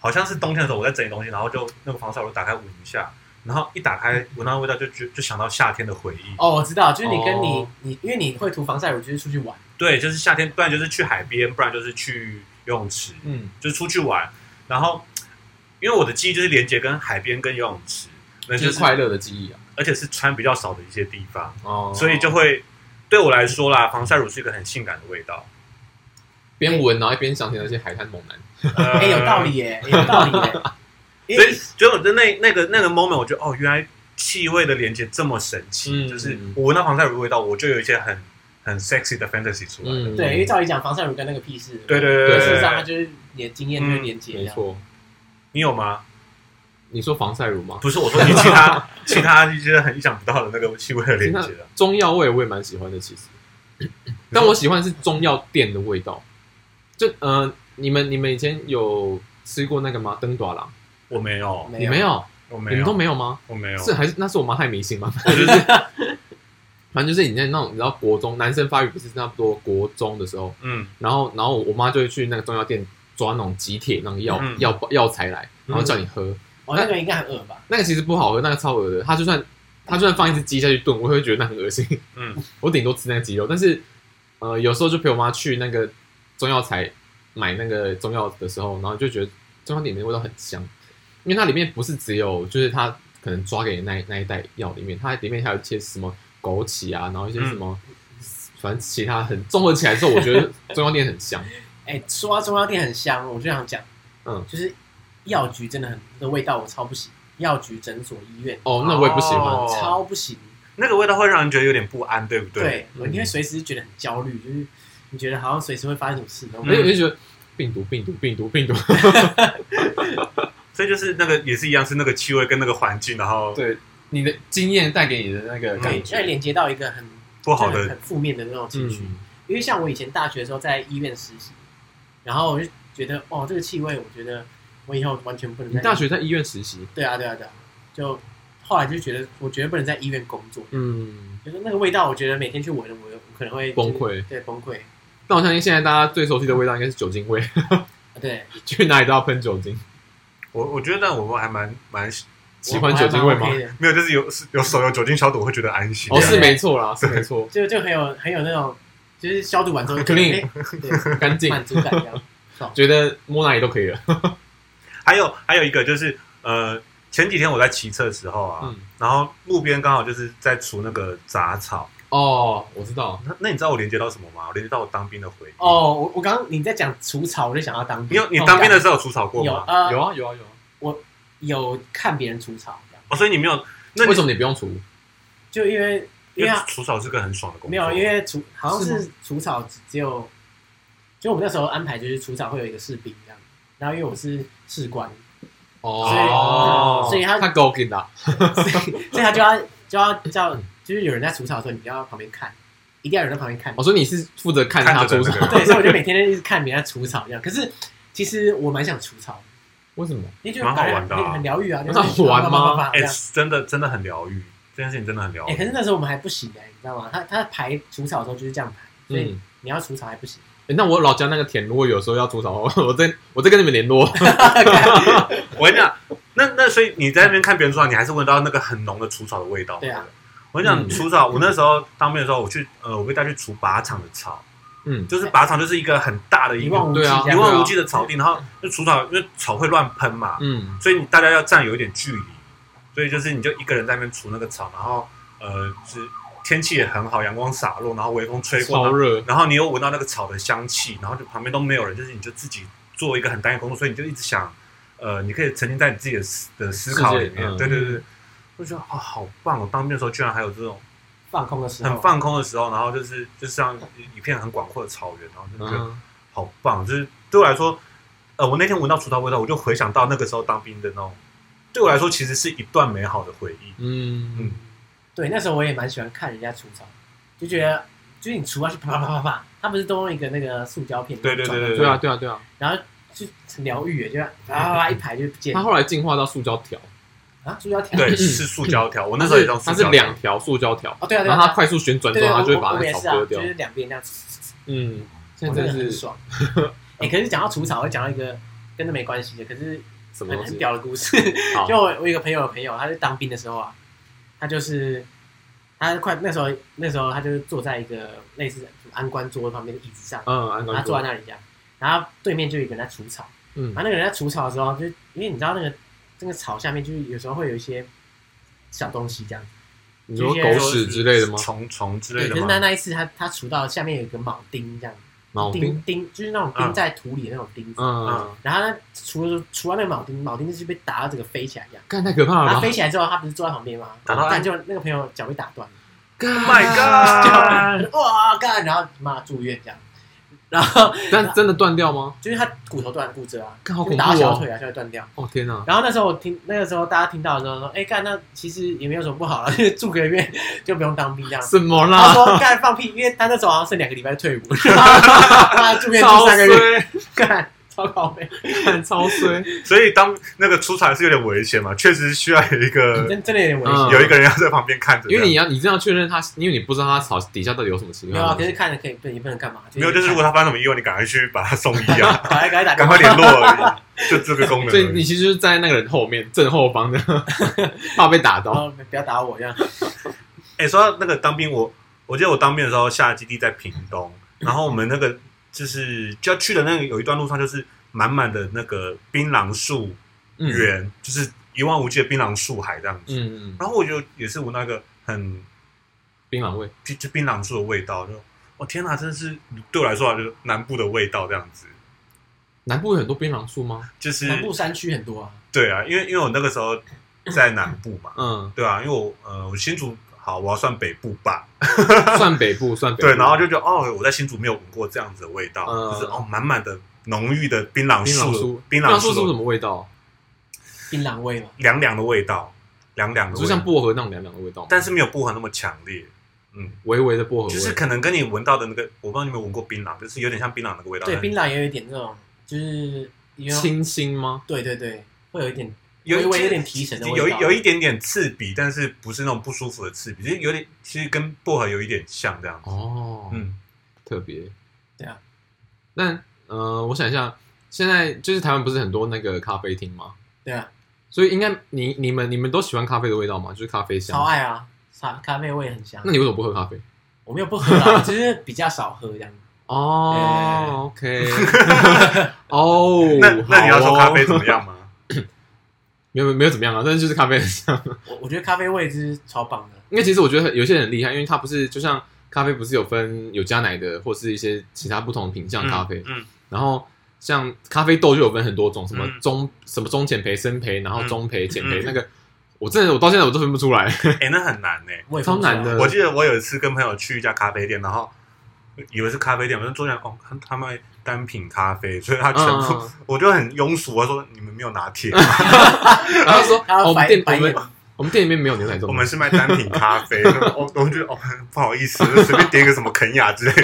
S2: 好像是冬天的时候我在整理东西，然后就那个防晒乳打开闻一下，然后一打开闻到味道就就就想到夏天的回忆。
S1: 哦，我知道，就是你跟你
S3: 哦
S1: 你，因为你会涂防晒乳，就是出去玩。
S2: 对，就是夏天，不然就是去海边，不然就是去游泳池，
S3: 嗯，
S2: 就是出去玩。然后因为我的记忆就是连接跟海边跟游泳池，那就
S3: 就
S2: 是是
S3: 快乐的记忆啊。
S2: 而且是穿比较少的一些地方。
S3: 哦，
S2: 所以就会对我来说啦，防晒乳是一个很性感的味
S3: <laughs>
S2: 道。
S3: 边闻然后一边想起那些海滩猛男。
S2: 呃
S1: 哎，有道。理耶，哎有道理耶。
S2: <laughs>
S1: 因
S2: 所
S1: 为
S2: 以，所以我呃就那那个那个 moment，我觉得哦，原来气味的连接这么神奇，
S3: 嗯
S2: 就是我闻到防晒乳的味道，我就有一些很很 sexy 的 fantasy 出来。
S3: 嗯，
S1: 对，因为照理讲，防晒乳跟那个屁事。
S2: 对对
S3: 对啊
S2: 对
S1: 事实
S2: 对嗯
S1: 上它
S2: 对，
S1: 就是你的经验就是连接。
S3: 没，错。
S2: 你有吗？
S3: 你说防晒乳吗？
S2: 不是，我说你其
S3: <laughs>
S2: 他其他一些很意想不到的那个气味的连接啊
S3: 中药味我也蛮喜欢的，
S2: <laughs>
S3: 其实，但我喜欢是中药店的味道。就呃，你们你们以前有吃过那个吗？灯短郎？
S2: 我没有，
S3: 你没有？
S2: 我没
S3: 你们都啊
S2: 有，
S3: 没有吗？
S2: 我没有，
S3: 是还是那是我妈太迷信吗？
S2: 我就是
S3: <laughs> 反正就是你在那种你知道国中男生发育不是差不多国中的时候，
S2: 嗯，
S3: 然后然后我妈就会去那个中药店抓那种集铁那种药、
S2: 嗯
S3: 药药材来，然后叫你喝。
S1: 哦，那个应该很饿吧？
S3: 那个其实不好喝，那个超恶的。它就算它就算放一只鸡下去炖，我也会觉得那很恶心。 <laughs>
S2: 嗯，
S3: 我顶多吃那个鸡肉，但是呃，有时候就陪我妈去那个中药材买那个中药的时候，然后就觉得中药店里面的味道很香，因为它里面不是只有就是它可能抓给你那那一袋药里面，它里面还有一些什么枸杞啊，然后一些什么。反正其他很综合起来之后，我觉得中药店很香。
S1: 哎、说到中药店很香，我就想讲，
S3: 嗯，
S1: 就是药局真的很的味道我超不行，药局、诊所、医院、
S3: 哦，那我也不喜欢。
S2: 哦
S1: 超不行。
S2: 那个味道会让人觉得有点不安，对不对？
S1: 对，
S3: 嗯
S1: 你会随时觉得很焦虑，就是你觉得好像随时会发生什么事，然后
S3: 而且我就觉得病毒，病毒，病毒， <laughs> 病毒。
S2: 所以就是那个也是一样，是那个气味跟那个环境，然后
S3: 对你的经验带给你的那个
S1: 可以可
S3: 感
S1: 以
S3: 觉，
S1: 连接到一个很
S2: 不好
S1: 就是很
S2: 的，
S1: 很负面的那种情绪。
S3: 嗯，
S1: 因为像我以前大学的时候在医院实习，然后我就觉得哦，这个气味，我觉得我以后完全不能
S3: 你
S1: 在
S3: 大学在医院实习，
S1: 对啊对啊对啊，就后来就觉得我绝对不能在医院工作，
S3: 嗯，
S1: 就是那个味道，我觉得每天去闻，我我可能会
S3: 崩溃，
S1: 对崩溃，
S3: 但我相信现在大家最熟悉的味道应该是酒精味， <laughs>
S1: 啊对，
S3: 去哪里都要喷酒精。
S2: 我我觉得那我们还蛮蛮
S3: 喜欢酒精味吗
S1: 我还蛮 OK 的
S2: 没有，就是有有手有酒精消毒，我会觉得安心。
S3: 哦，
S1: 对
S3: 是没错啦，是没 <laughs> 错，
S1: 就就很有很有那种，就是消毒完
S3: <laughs>
S1: 之后
S3: Clean
S1: 哎对
S3: 干净，
S1: 满足感一样。
S3: 觉得摸哪里都可以了。
S2: 还有还有一个就是呃，前几天我在骑车的时候啊，
S3: 嗯，
S2: 然后路边刚好就是在除那个杂草。
S3: 哦，我知道，
S2: 那那你知道我连接到什么吗？我连接到我当兵的回忆。，
S1: 哦，我我刚刚你在讲除草，我就想要当
S2: 你
S1: 兵。
S2: 有你当兵的时候有除草过
S1: 有
S2: 吗？
S1: 呃
S3: 有啊有啊有啊，
S1: 有看别人除草这样，
S2: 哦，所以你没有。那
S3: 为
S2: 你
S3: 什么你不用除？
S1: 就因为因为
S2: 因为
S1: 啊
S2: 除草是个很爽的工作。
S1: 没有，因为除好像
S3: 是
S1: 是除草只只有，就我们那时候安排就是除草会有一个士兵这样，然后因为我是士官，
S3: 哦，
S1: 所以所以他
S3: 他勾给的，
S1: 所以所以他就要就要叫，就是有人在除草的时候，你就要旁边看，一定要有人在旁边看
S2: 哦
S3: 我。哦说你是负责看他
S2: 看着
S3: 除
S2: 的
S3: 草
S2: 那，个
S1: 对，所以我就每天一直看别人在除草这样。可是其实我蛮想除草的，
S3: 为什么？
S1: 因为就
S2: 蛮好玩的啊
S1: 那个很疗愈啊，就是
S3: 那好玩吗
S1: 啪啪啪啪啪
S2: 哎、
S1: 这样
S2: 真的真的很疗愈，这件事情真的很疗
S1: 哎、
S2: 愈。
S1: 可是那时候我们还不行哎、你知道吗？他他排除草的时候就是这样排，所以
S3: 嗯。
S1: 你要除草还不行。
S3: 诶那我老家那个田，如果有时候要除草， <laughs> 我再我再跟你们
S2: <laughs>
S3: 联络。
S1: 啊
S2: 我跟你讲，那那所以你在那边看别人除草，你还是闻到那个很浓的除草的味道。
S1: 对啊，
S2: 我跟你讲，
S3: 嗯
S2: 除草，我那时候当兵的时候，我去呃，我被带去除靶场的草，
S3: 嗯，
S2: 就是靶场就是一个很大的一
S1: 一
S2: 个
S1: 望无际这样，
S2: 一
S3: 对啊
S2: 望无际的草地，然后就除草，因为草会乱喷嘛，
S3: 嗯，
S2: 所以你大家要站有一点距离，所以就是你就一个人在那边除那个草，然后呃，就是天气也很好，阳光洒落，然后微风吹过，然
S3: 超
S2: 后
S3: 热，
S2: 然后你又闻到那个草的香气，然后就旁边都没有人，就是你就自己做一个很单一的工作，所以你就一直想，呃，你可以沉浸在你自己的思的思考里面。
S3: 世界嗯
S2: 对对对，我就觉得啊、好棒哦！当兵的时候居然还有这种
S1: 放空的
S3: 啊
S1: 时候，
S2: 很放空的时候，然后就是就像一片很广阔的草原，然后就觉得
S3: 嗯，
S2: 好棒。就是对我来说，呃，我那天闻到除草味道，我就回想到那个时候当兵的那种，对我来说其实是一段美好的回忆。
S3: 嗯
S2: 嗯，
S1: 对，那时候我也蛮喜欢看人家除草，就觉得就是你除下去啪啪啪啪啪，他不是都用一个那个塑胶片
S2: 对对对对
S3: 对啊，对啊，对啊。
S1: 然后就很疗愈耶，欸就啪啪啪啪一排就不见
S3: 它
S1: 了
S3: 后来进化到塑胶条，
S1: 啊，塑胶条
S2: 对，是塑胶条，我那
S3: 它
S2: 时候也
S3: 是
S2: 用塑
S3: 它
S2: 胶
S3: 是
S2: 条
S3: 两条塑胶条，
S1: 哦对啊对
S3: 然
S1: 啊，
S3: 后它
S1: 对啊
S3: 快速旋转
S1: 对
S3: 之
S1: 对
S3: 后，
S1: 我
S3: 它就会把
S1: 我我
S3: 那
S1: 也
S3: 草
S1: 是啊，
S3: 割
S1: 就
S3: 掉。
S1: 是两边这样，
S3: 嗯，现
S1: 我
S3: 在
S1: 真的很
S3: 真是
S1: 爽。哎，可是讲到除草，我讲到一个跟这没关系的，可是
S3: 什么
S1: 很
S3: 东
S1: 很
S3: 西？
S1: 屌的故事。
S3: <laughs> 好
S1: 就我我有一个朋友的朋友，他在当兵的时候啊，他就是他快那时候那时候他就是坐在一个类似安官桌旁边的椅子上，
S3: 嗯，安
S1: 然后他
S3: 装
S1: 坐在
S3: 桌，
S1: 那里这样，然后对面就有一个人在除草，
S3: 嗯
S1: 然后那个人在除草的时候，就是因为你知道那个那个草下面就是有时候会有一些小东西这样，
S3: 你说狗屎之类的吗？
S2: 虫虫之类
S1: 对，
S2: 的
S1: 可是
S2: 吗？
S1: 那那一次他他除到下面有一个铆钉这样，
S3: 铆
S1: 钉
S3: 钉，
S1: 钉就是那种钉在土里的那种钉子，
S3: 嗯，
S1: 然后他除了除完那个铆钉，铆钉就是被打到整个飞起来这样。
S3: 干太可怕
S1: 然后
S3: 了吧
S1: 啊飞！起来之后，他不是坐在旁边吗？
S2: 打到
S1: 但就那个朋友脚被打断了，
S3: 干
S1: ，Oh
S3: 啊
S2: My God！
S1: 哇干！然后妈住院这样，然后
S3: <laughs> 但真的断掉吗？
S1: 就是他骨头断骨折啊，
S3: 干好
S1: 就
S3: 恐怖
S1: 打到小
S3: 哦！
S1: 腿啊，就会断掉。
S3: 哦天哪，
S1: 然后那时候我听那个时候大家听到的时候说，哎干，那其实也没有什么不好啊， <laughs> 就是住个月就不用当兵这
S3: <laughs>
S1: 样。
S3: 什么
S1: 他
S3: 啦？
S1: 说干放屁，因为他那时候好像剩两个礼拜退伍，然后他住院住
S3: 超
S1: 三个月，
S3: 衰！
S1: 干超搞没，
S3: 看超衰，
S2: <laughs> 所以当那个出场是有点危险嘛，确实需要有一个
S1: 真真的有点危险。
S3: 嗯
S2: 有一个人要在旁边看着这
S3: 因
S2: 样，
S3: 为你要你真的要确认他，因为你不知道他草底下到底有什么情
S1: 没有啊，
S3: 况
S1: 可。是看了可以不也不能干嘛？
S2: 没有，就是如果他发生什么意外，你赶快去把他送医
S3: <laughs>
S2: 啊，
S1: 赶快赶快打电
S2: 赶 <laughs>
S1: 话
S2: 快联络而已，就这个功能
S3: 所以
S2: 而
S3: 你
S2: 已。
S3: 其实就是站在那个人后面正后方 <laughs> 的，怕被打到。
S1: 哦不要打我这样。
S2: 哎、说到那个当兵，我我记得我当兵的时候下基地在屏东，然后我们那个就是就要去的那个有一段路上就是满满的那个槟榔树
S3: 嗯
S2: 园，就是一望无际的槟榔树海这样子。
S3: 嗯嗯，
S2: 然后我就也是闻到一个很
S3: 槟榔味，
S2: 就就槟榔树的味道，就哦天哪，真的是对我来说啊，就是南部的味道这样子，
S3: 南部有很多槟榔树吗？
S2: 就是
S1: 南部山区很多啊，
S2: 对啊，因为因为我那个时候在南部嘛，
S3: 嗯，
S2: 对啊，因为我呃我新竹好，我要算北部吧，
S3: 嗯算北部，算北部。啊
S2: 对，然后就觉得哦，我在新竹没有闻过这样子的味道，
S3: 嗯
S2: 就是哦满满的浓郁的槟榔
S3: 槟榔
S2: 树
S3: 树，，
S2: 槟
S3: 榔
S2: 树
S3: 树是什
S2: 的
S3: 么味道？
S1: 槟榔味嘛。
S2: 凉凉的味道，凉凉的
S3: 就
S2: 味道
S3: 像，薄荷那种凉凉的味道吗，
S2: 但是没有薄荷那么强烈，嗯，
S3: 微微的薄荷味，
S2: 就是可能跟你闻到的那个，我不知道你有没有闻过槟榔，就是有点像槟榔那个味道，
S1: 对，
S2: 但
S1: 槟榔也有一点那种，就是有
S3: 清新吗？
S1: 对对对，会有一点
S2: 有
S1: 微微有点提神的味
S2: 有一
S1: 道
S2: 有一点点刺鼻，但是不是那种不舒服的刺鼻，就是有点其实跟薄荷有一点像这样子，
S3: 哦，
S2: 嗯，
S3: 特别。
S1: 对啊。
S3: 但呃，我想一下，现在就是台湾不是很多那个咖啡厅吗？
S1: 对啊，
S3: 所以应该你你们你们都喜欢咖啡的味道吗？就是咖啡香
S1: 超。爱啊，咖咖啡味很香
S3: 那。你为什么不喝咖啡？
S1: <laughs> 我没有不喝啊，只是比较少喝这样。
S2: 哦
S1: 哎
S3: 哦、o
S2: <laughs>
S3: k 哦，
S2: 那那你要说
S3: 好哦
S2: 咖啡怎么？样
S3: <laughs>
S2: 吗？
S3: 没有没有怎么样啊，但是就是咖啡很香。
S1: 我我觉得咖啡味就是超棒的。
S3: 因为其实我觉得有些人很厉害，因为它不是就像咖啡不是有分有加奶的，或是一些其他不同的品相咖啡，
S2: 嗯，嗯
S3: 然后像咖啡豆就有分很多种，什么
S2: 嗯
S3: 中、什么中浅焙、深焙，然后中焙、浅焙、
S2: 嗯
S3: 那个。我真的，我到现在我都分
S2: <laughs>
S3: 不出来。
S2: 哎、那很难呢、
S1: 我也分不出来
S3: 超难的
S2: 我记得我有一次跟朋友去一家咖啡店，然后以为是咖啡店，我就坐下来，哦，他他卖单品咖啡，所以他全部、
S3: 嗯
S2: 我就很庸俗，我说你们没有拿
S3: <laughs>
S2: 铁，
S3: 然后他说，
S1: 他
S3: 哦我们
S1: 白
S3: 店我
S1: 白眼 <laughs>
S3: 们我们店里面没有牛奶这
S2: 我
S3: 种东
S2: 们
S3: 西，
S2: 是卖单品咖啡，我我觉得哦不好意思，就随便点一个什么肯雅之类的，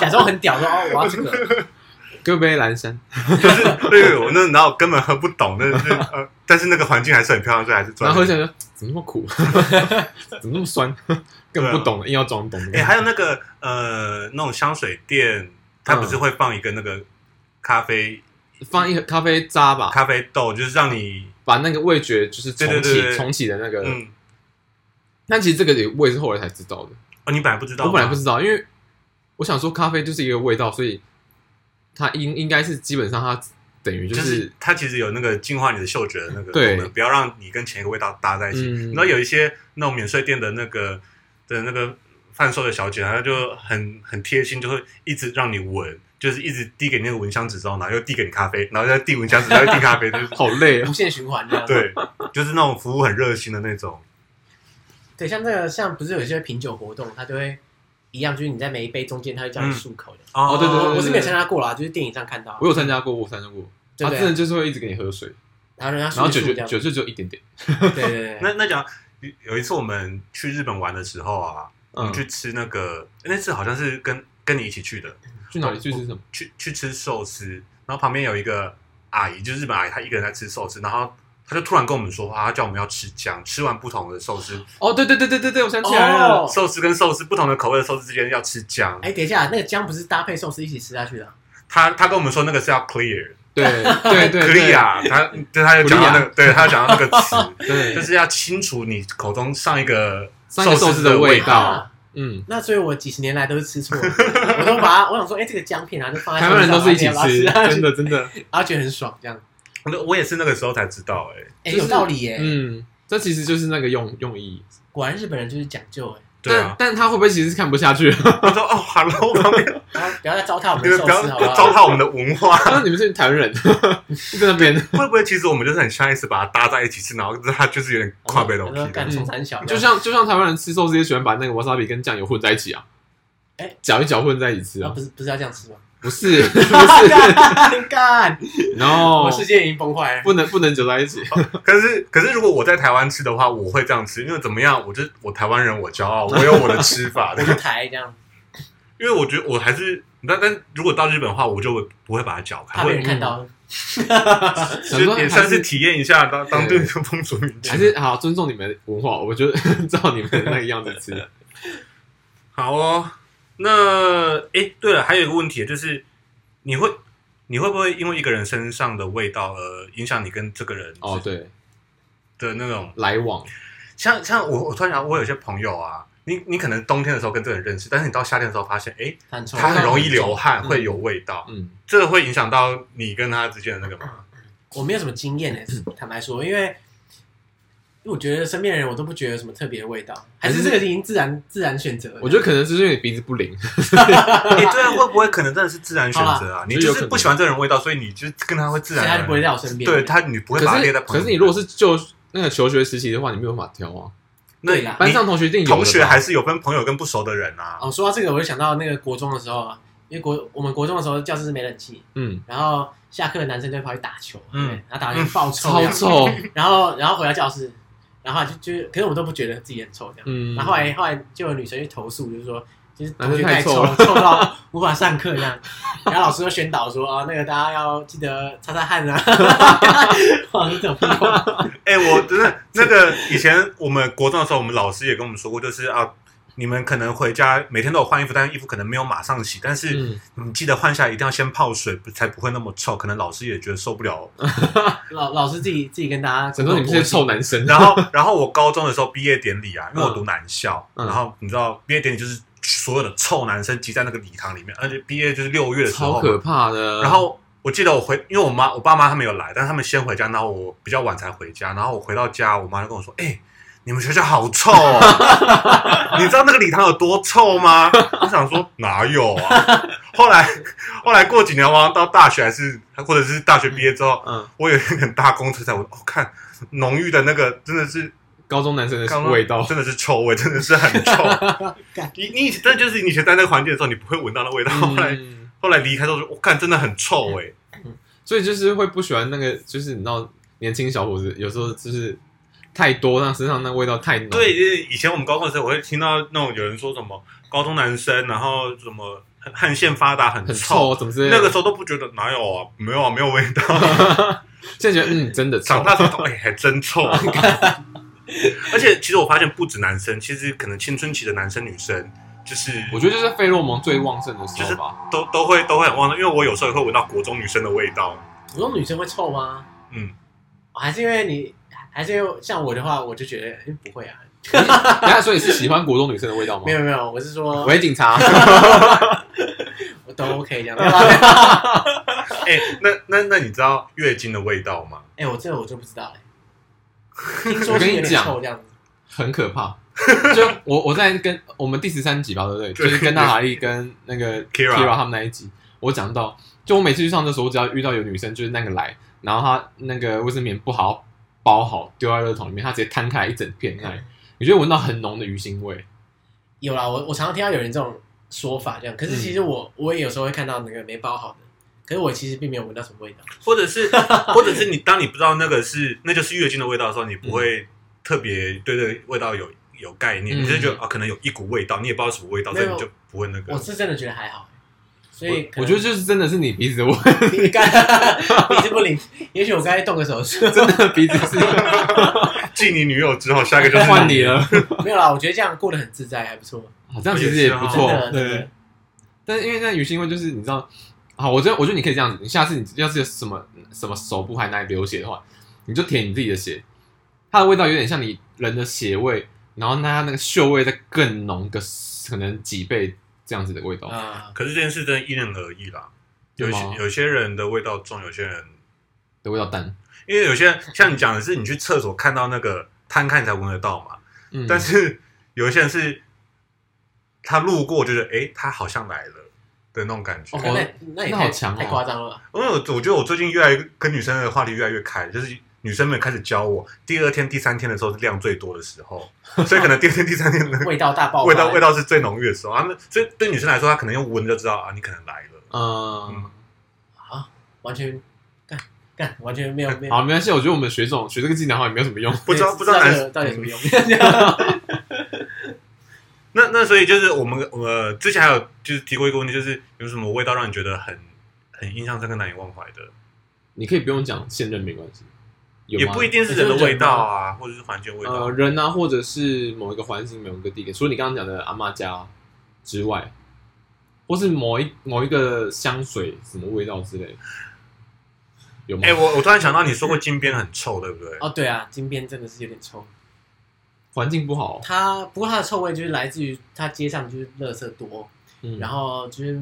S1: 假装很屌说哦，我要这
S3: <laughs>
S1: 个。
S3: 各杯蓝山。
S2: <laughs> 就是对我那然后根本喝不懂，那
S3: <laughs>
S2: 是呃，但是那个环境还是很漂亮，所以还是
S3: 然
S2: 赚
S3: 后。喝起来就怎么那么
S2: <laughs>
S3: 苦，怎么那么酸，根本不懂，硬要装懂的
S2: 哎、
S3: 感觉。
S2: 还有那个呃那种香水店，它不是会放一个那个咖啡、
S3: 放一盒咖啡渣吧，
S2: 咖啡豆，就是让你
S3: 把那个味觉就是重
S2: 对对对对
S3: 启重启的那个。
S2: 嗯。
S3: 但其实这个也我也是后来才知道的，
S2: 哦，你本来不知道吗，
S3: 我本来不知道，因为我想说咖啡就是一个味道，所以它应应该是基本上它等于就
S2: 就是
S3: 是嗯
S2: 它其实有那个净化你的嗅觉的那个
S3: 对
S2: 功能，不要让你跟前一个味道搭在一起。
S3: 嗯
S2: 然后有一些那种免税店的那个的那个贩售的小姐，她就很很贴心，就会一直让你闻，就是一直递给你那个蚊香纸之后，然后又递给你咖啡，然后再递蚊香纸，然后又递咖啡，就是
S3: <laughs> 好累哦
S1: 无。限循环这样。
S2: 对，就是那种服务很热心的那种。
S1: 对，像这个像不是有一些品酒活动，它就会一样，就是你在每一杯中间，它会叫你漱口的。
S3: 哦对对对
S1: 我我是没
S3: 对
S1: 有参加过啦，就是电影上看到。
S3: 我有参加过，我有参加过，
S1: 对
S3: 它
S1: 不
S2: 啊
S3: 真
S1: 对？
S3: 的就是会一直给你喝水，
S1: 然后人家
S3: 然后
S1: 漱
S3: 酒
S1: 一
S3: 就
S1: 漱这样。
S3: 酒就只有一点点。
S1: 对对对对，
S2: 那那讲有有一次我们去日本玩的时候啊，我
S3: 嗯
S2: 们，去吃那个那次好像是跟跟你一起去的，
S3: 去
S2: 哦
S3: 哪里去吃什么？
S2: 去去吃寿司，然后旁边有一个阿姨，就是日本阿姨，她一个人在吃寿司，然后她就突然跟我们说啊话，她叫我们要吃姜，吃完不同的寿司，
S3: 哦，对对对对对对，我想起来了
S1: 哦，
S2: 寿司跟寿司不同的口味的寿司之间要吃姜。
S1: 哎，等一下，那个姜不是搭配寿司一起吃下去的啊？
S2: 她她跟我们说那个是要 clear
S3: 对对对对
S2: clear，她啊对她就讲到那个，对她就讲到那个词，
S3: <laughs> 对
S2: 就，是要清除你口中上一个
S3: 上一个寿司
S2: 司
S3: 的味
S2: 味
S3: 道
S1: 啊
S3: 嗯。
S1: 那所以，我几十年来都是吃错的， <laughs> 我都把它，我想说，哎、这个姜片啊，就放在
S3: 台湾人都是一起
S1: 手上
S3: 吃，
S1: 然后把它
S3: 真的真
S2: <laughs>
S3: 的，
S1: 然后觉得很爽，这样，
S2: 那我也是那个时候才知道、哎，
S1: 哎、
S3: 就是
S1: 有道理耶、
S3: 嗯，这其实就是那个用用意。
S1: 果然日本人就是讲究哎、
S2: 对啊
S3: 但，但他会不会其实是看不下去？ <laughs>
S2: 我说哦，hello，旁
S1: <laughs>
S2: 边
S1: 然后不要再糟蹋我们
S2: 你
S1: 的
S2: 们
S1: 寿
S2: 不要
S1: 司好不
S2: 糟
S1: 好？
S2: 蹋我们的文化。
S3: 他说你们是台湾人， <laughs> 就在那边
S2: 会不会其实我们就是很下意识把它搭在一起吃，然后它就是有点跨北
S3: <laughs>
S1: 我
S3: 哦
S2: 楼
S1: 说
S2: 梯
S1: 干
S2: 的。
S1: 从三小，
S3: 嗯就像就像台湾人吃寿司也喜欢把那个 wasabi 跟酱油混在一起啊
S1: 哎，
S3: 搅一搅混在一起吃
S1: 啊，
S2: 哦
S3: 啊，
S1: 不是不是要这样吃吗？
S3: 不是 <laughs>
S2: <laughs>
S3: 不是，哦
S1: 干 <laughs> 干，
S3: 然
S1: 我
S3: 后
S1: 世界已经崩坏了。
S3: 不能不能搅在一起，
S2: 可是可是如果我在台湾吃的话，我会这样吃，因为怎么样，我就
S3: <laughs>
S2: 我台湾人，我骄傲，我有我的吃法的
S1: 我。是台这样，
S2: 因为我觉得我还是那但如果到日本的话，我就会不会把它搅开，
S1: 怕被人
S2: 会
S1: 看到。
S3: 想
S2: 就
S3: 说
S2: 也
S3: 还
S2: 算是体验一下当当地
S3: 对
S2: 的风俗民情
S3: 还。是好尊重你们的文化，我觉得 <laughs> 照你们那个样子
S2: <laughs>
S3: 吃。
S2: 好哦，那诶，对了，还有一个问题就是，你会你会不会因为一个人身上的味道而影响你跟这个人
S3: 哦，对，
S2: 的那种？
S3: 来往
S2: 像像我我突然想，我有些朋友啊，你你可能冬天的时候跟这个人认识，但是你到夏天的时候发现，诶，
S1: 很臭，
S2: 他很容易流汗，
S3: 嗯
S2: 会有味道，
S3: 嗯，
S2: 这个会影响到你跟他之间的那个吗？
S1: 我没有什么经验
S3: <clears throat>
S1: 呢、坦白说，因为因为我觉得身边的人我都不觉得有什么特别的味道，还是这个已经自然自然选择了。
S3: 我觉得可能是因为你鼻子不灵，
S2: <laughs> 诶，对啊，会不会可能真的是自然选择啊？你
S3: 就
S2: 就
S3: 有可
S2: 是
S3: 能
S2: 不喜欢这个人的味道，所以你就跟他会自
S1: 所以
S2: 然
S1: 他
S2: 而然，
S1: 就不会在我身边。
S2: 对他，你不会把他
S3: 可
S2: 列
S3: 是
S2: 在朋
S3: 可
S2: 友
S3: 是你如果是就那个求学时期的话，你没有办法挑啊。
S2: 那
S1: 对啦
S3: 班
S2: 你
S3: 上同学一定有的吧
S2: 同学还是有分朋友跟不熟的人啊。
S1: 哦，说到这个，我就想到那个国中的时候啊，因为国我们国中的时候教室是没冷气，
S3: 嗯，
S1: 然后下课的男生就会跑去打球，
S2: 嗯
S1: 嗯，然后打球
S3: <laughs>
S1: 爆臭，
S3: 超臭，
S2: <laughs>
S1: 然后然后回到教室，然后就就可是我们都不觉得自己很臭这样，
S3: 嗯，
S1: 然后后来后来就有女生去投诉，就是说。就是
S3: 男
S1: 同
S3: 生
S1: 学
S3: 太
S1: 太
S3: 臭
S1: 臭
S3: 了
S1: 了，臭到无法上课这样，然后老师就宣导说啊，那个大家要记得擦擦汗啊， <laughs> 哇，这种屁话，
S2: 哎、我真的那个以前我们国中的时候，我们老师也跟我们说过，就是啊，你们可能回家每天都有换衣服，但是衣服可能没有马上洗，但是
S3: 嗯，
S2: 你记得换下来一定要先泡水，不才不会那么臭。可能老师也觉得受不了。
S1: 老老师自己自己跟大家
S3: 想说你们这些臭男生，
S2: 然
S3: <laughs>
S2: 后，然后我高中的时候毕业典礼啊，因为我读男校，
S3: 嗯
S2: 然后你知道毕业典礼就是所有的臭男生挤在那个礼堂里面，而且毕业就是六月的时候
S3: 超
S2: 嘛，
S3: 可怕的。
S2: 然后我记得我回，因为我妈我爸妈他们有来，但是他们先回家，然后我比较晚才回家，然后我回到家，我妈就跟我说：“哎、你们学校好臭、哦， <laughs> 你知道那个礼堂有多臭吗？”我想说哪有啊。后来后来过几年，我好像到大学还是或者是大学毕业之后，
S3: 嗯，
S2: 我有一个很大公车才我哦看浓郁的那个真的是
S3: 高中男生的味道，
S2: 真的是臭味，真的是很臭
S3: <laughs>
S1: 干。
S2: 你你但就是你以前在那个环境的时候，你不会闻到那味道，后来。
S3: 嗯，
S2: 后来离开之后，我看真的很臭哎、
S3: 所以就是会不喜欢那个，就是你知道，年轻小伙子有时候就是太多，让身上那味道太浓。
S2: 对，，因为以前我们高中的时候，我会听到那种有人说什么高中男生，然后什么汗腺发达很
S3: 很
S2: 臭，
S3: 臭，怎么之类的。
S2: 那个时候都不觉得哪有啊，没有啊，没有味道。 <laughs>
S3: 现在觉得嗯，真的臭
S2: 长。大之后，哎、还真臭。 <laughs> 而且其实我发现不止男生，其实可能青春期的男生女生，就是
S3: 我觉得就是费洛蒙最旺盛的时
S2: 就是
S3: 候吧。
S2: 都都会都会很忘的，因为我有时候也会闻到国中女生的味道。
S1: 我说女生会臭吗？哦
S2: 嗯，
S1: 还是因为你，还是因为像我的话，我就觉得、嗯不会啊，
S3: 等一下，所以是喜欢国中女生的味道吗？
S1: 没有没有，我是说
S3: 喂，警察，
S1: 我都 OK
S3: <laughs>
S1: 这样子。
S2: 哎、那那那你知道月经的味道吗？
S1: 哎、我这个我就不知道了。听说
S3: 我跟
S1: 是
S3: 你
S1: 有点
S3: 讲
S1: 臭这样子，
S3: 很可
S2: <laughs>
S3: 怕。就我我在跟我们第十三集吧，对不对？
S2: 对
S3: 就是跟娜塔莉跟那个
S2: Kira
S3: 他们那一集，我讲到，就我每次去上厕所，我只要遇到有女生就是那个来，然后她那个卫生棉不好好包好，丢在垃圾桶里面，她直接摊开来一整片那里，你就会闻到很浓的鱼腥味。
S1: 有啦，我我常常听到有人这种说法这样，可是其实
S3: 嗯
S1: 我、我也有时候会看到那个没包好的，可是我其实并没有闻到什么味道。
S2: 或者
S3: <laughs>
S2: 是或者是你当你不知道那个是那就是月经的味道的时候，你不会特别对这个味道有有概念，
S3: 嗯
S2: 你就觉得啊，可能有一股味道，你也不知道什么味道，
S1: 没
S2: 所
S1: 有
S2: 以你就不会那个
S1: 我。是真的觉得还好，欸所以
S3: 我我觉得就是真的是你鼻子的味， <laughs>
S1: 你干鼻子不灵，也许我该动个手术。
S3: 真的鼻子
S2: <laughs>
S3: 是
S2: 继你女友之后，下一个就是
S3: 换你了。
S1: <laughs> 没有啦，我觉得这样过得很自在，还不错。
S3: 好，这样其实也不
S2: 哦
S1: 真
S3: 错，
S1: 的，真
S3: 对
S1: 的。
S3: 但是因为那鱼腥味就是你知道，好，我觉得我觉得你可以这样子，你下次你要是有什么什么手部还哪里流血的话，你就舔你自己的血，它的味道有点像你人的血味，然后那它那个嗅味再更浓个可能几倍这样子的味道。
S1: 啊，
S2: 可是这件事真的因人而异啦，有
S3: 对吗
S2: 些有些人的味道重，有些人
S3: 的味道淡，
S2: 因为有些人像你讲的是，你去厕所看到那个摊开你才闻得到嘛，
S3: 嗯，
S2: 但是有一些人是他路过就觉得哎，他好像来了的那种感觉。
S1: 哦，
S3: 我
S1: 那那也
S3: 那
S1: 太
S3: 好强哦
S1: 太夸张了吧？
S2: 因为我我觉得我最近越来越跟女生的话题越来越开，就是女生们开始教我，第二天、第三天的时候是量最多的时候，所以可能第二天、第三天的
S1: 味道
S3: <laughs>
S1: 大爆发，
S2: 味道味道是最浓郁的时候。他们所以对女生来说，她可能用闻就知道啊，你可能来了。
S3: 嗯，
S1: 完全干干完全没有没有
S3: 好，没关系，我觉得我们学这种学这个技能好像也没有什么用。
S2: 不知道
S1: 对
S3: <laughs>
S2: 不知道男
S1: 这个到底有什么用？
S2: 那那所以就是我们我们之前还有就是提过一个问题，就是有什么味道让你觉得很很印象深刻、难以忘怀的？
S3: 你可以不用讲现任没关系，有
S2: 也
S3: 吗
S2: 不一定是人的味道啊，或者是环境的味道。
S3: 呃人啊，或者是某一个环境、某一个地点，除了你刚刚讲的阿妈家之外，或是某一某一个香水什么味道之类的，有吗？
S2: 哎、我我突然想到，你说过金边很臭，对不对？
S1: <laughs> 哦，对啊，金边真的是有点臭。
S3: 环境不好，
S1: 它不过它的臭味就是来自于它街上就是垃圾多，
S3: 嗯，
S1: 然后就是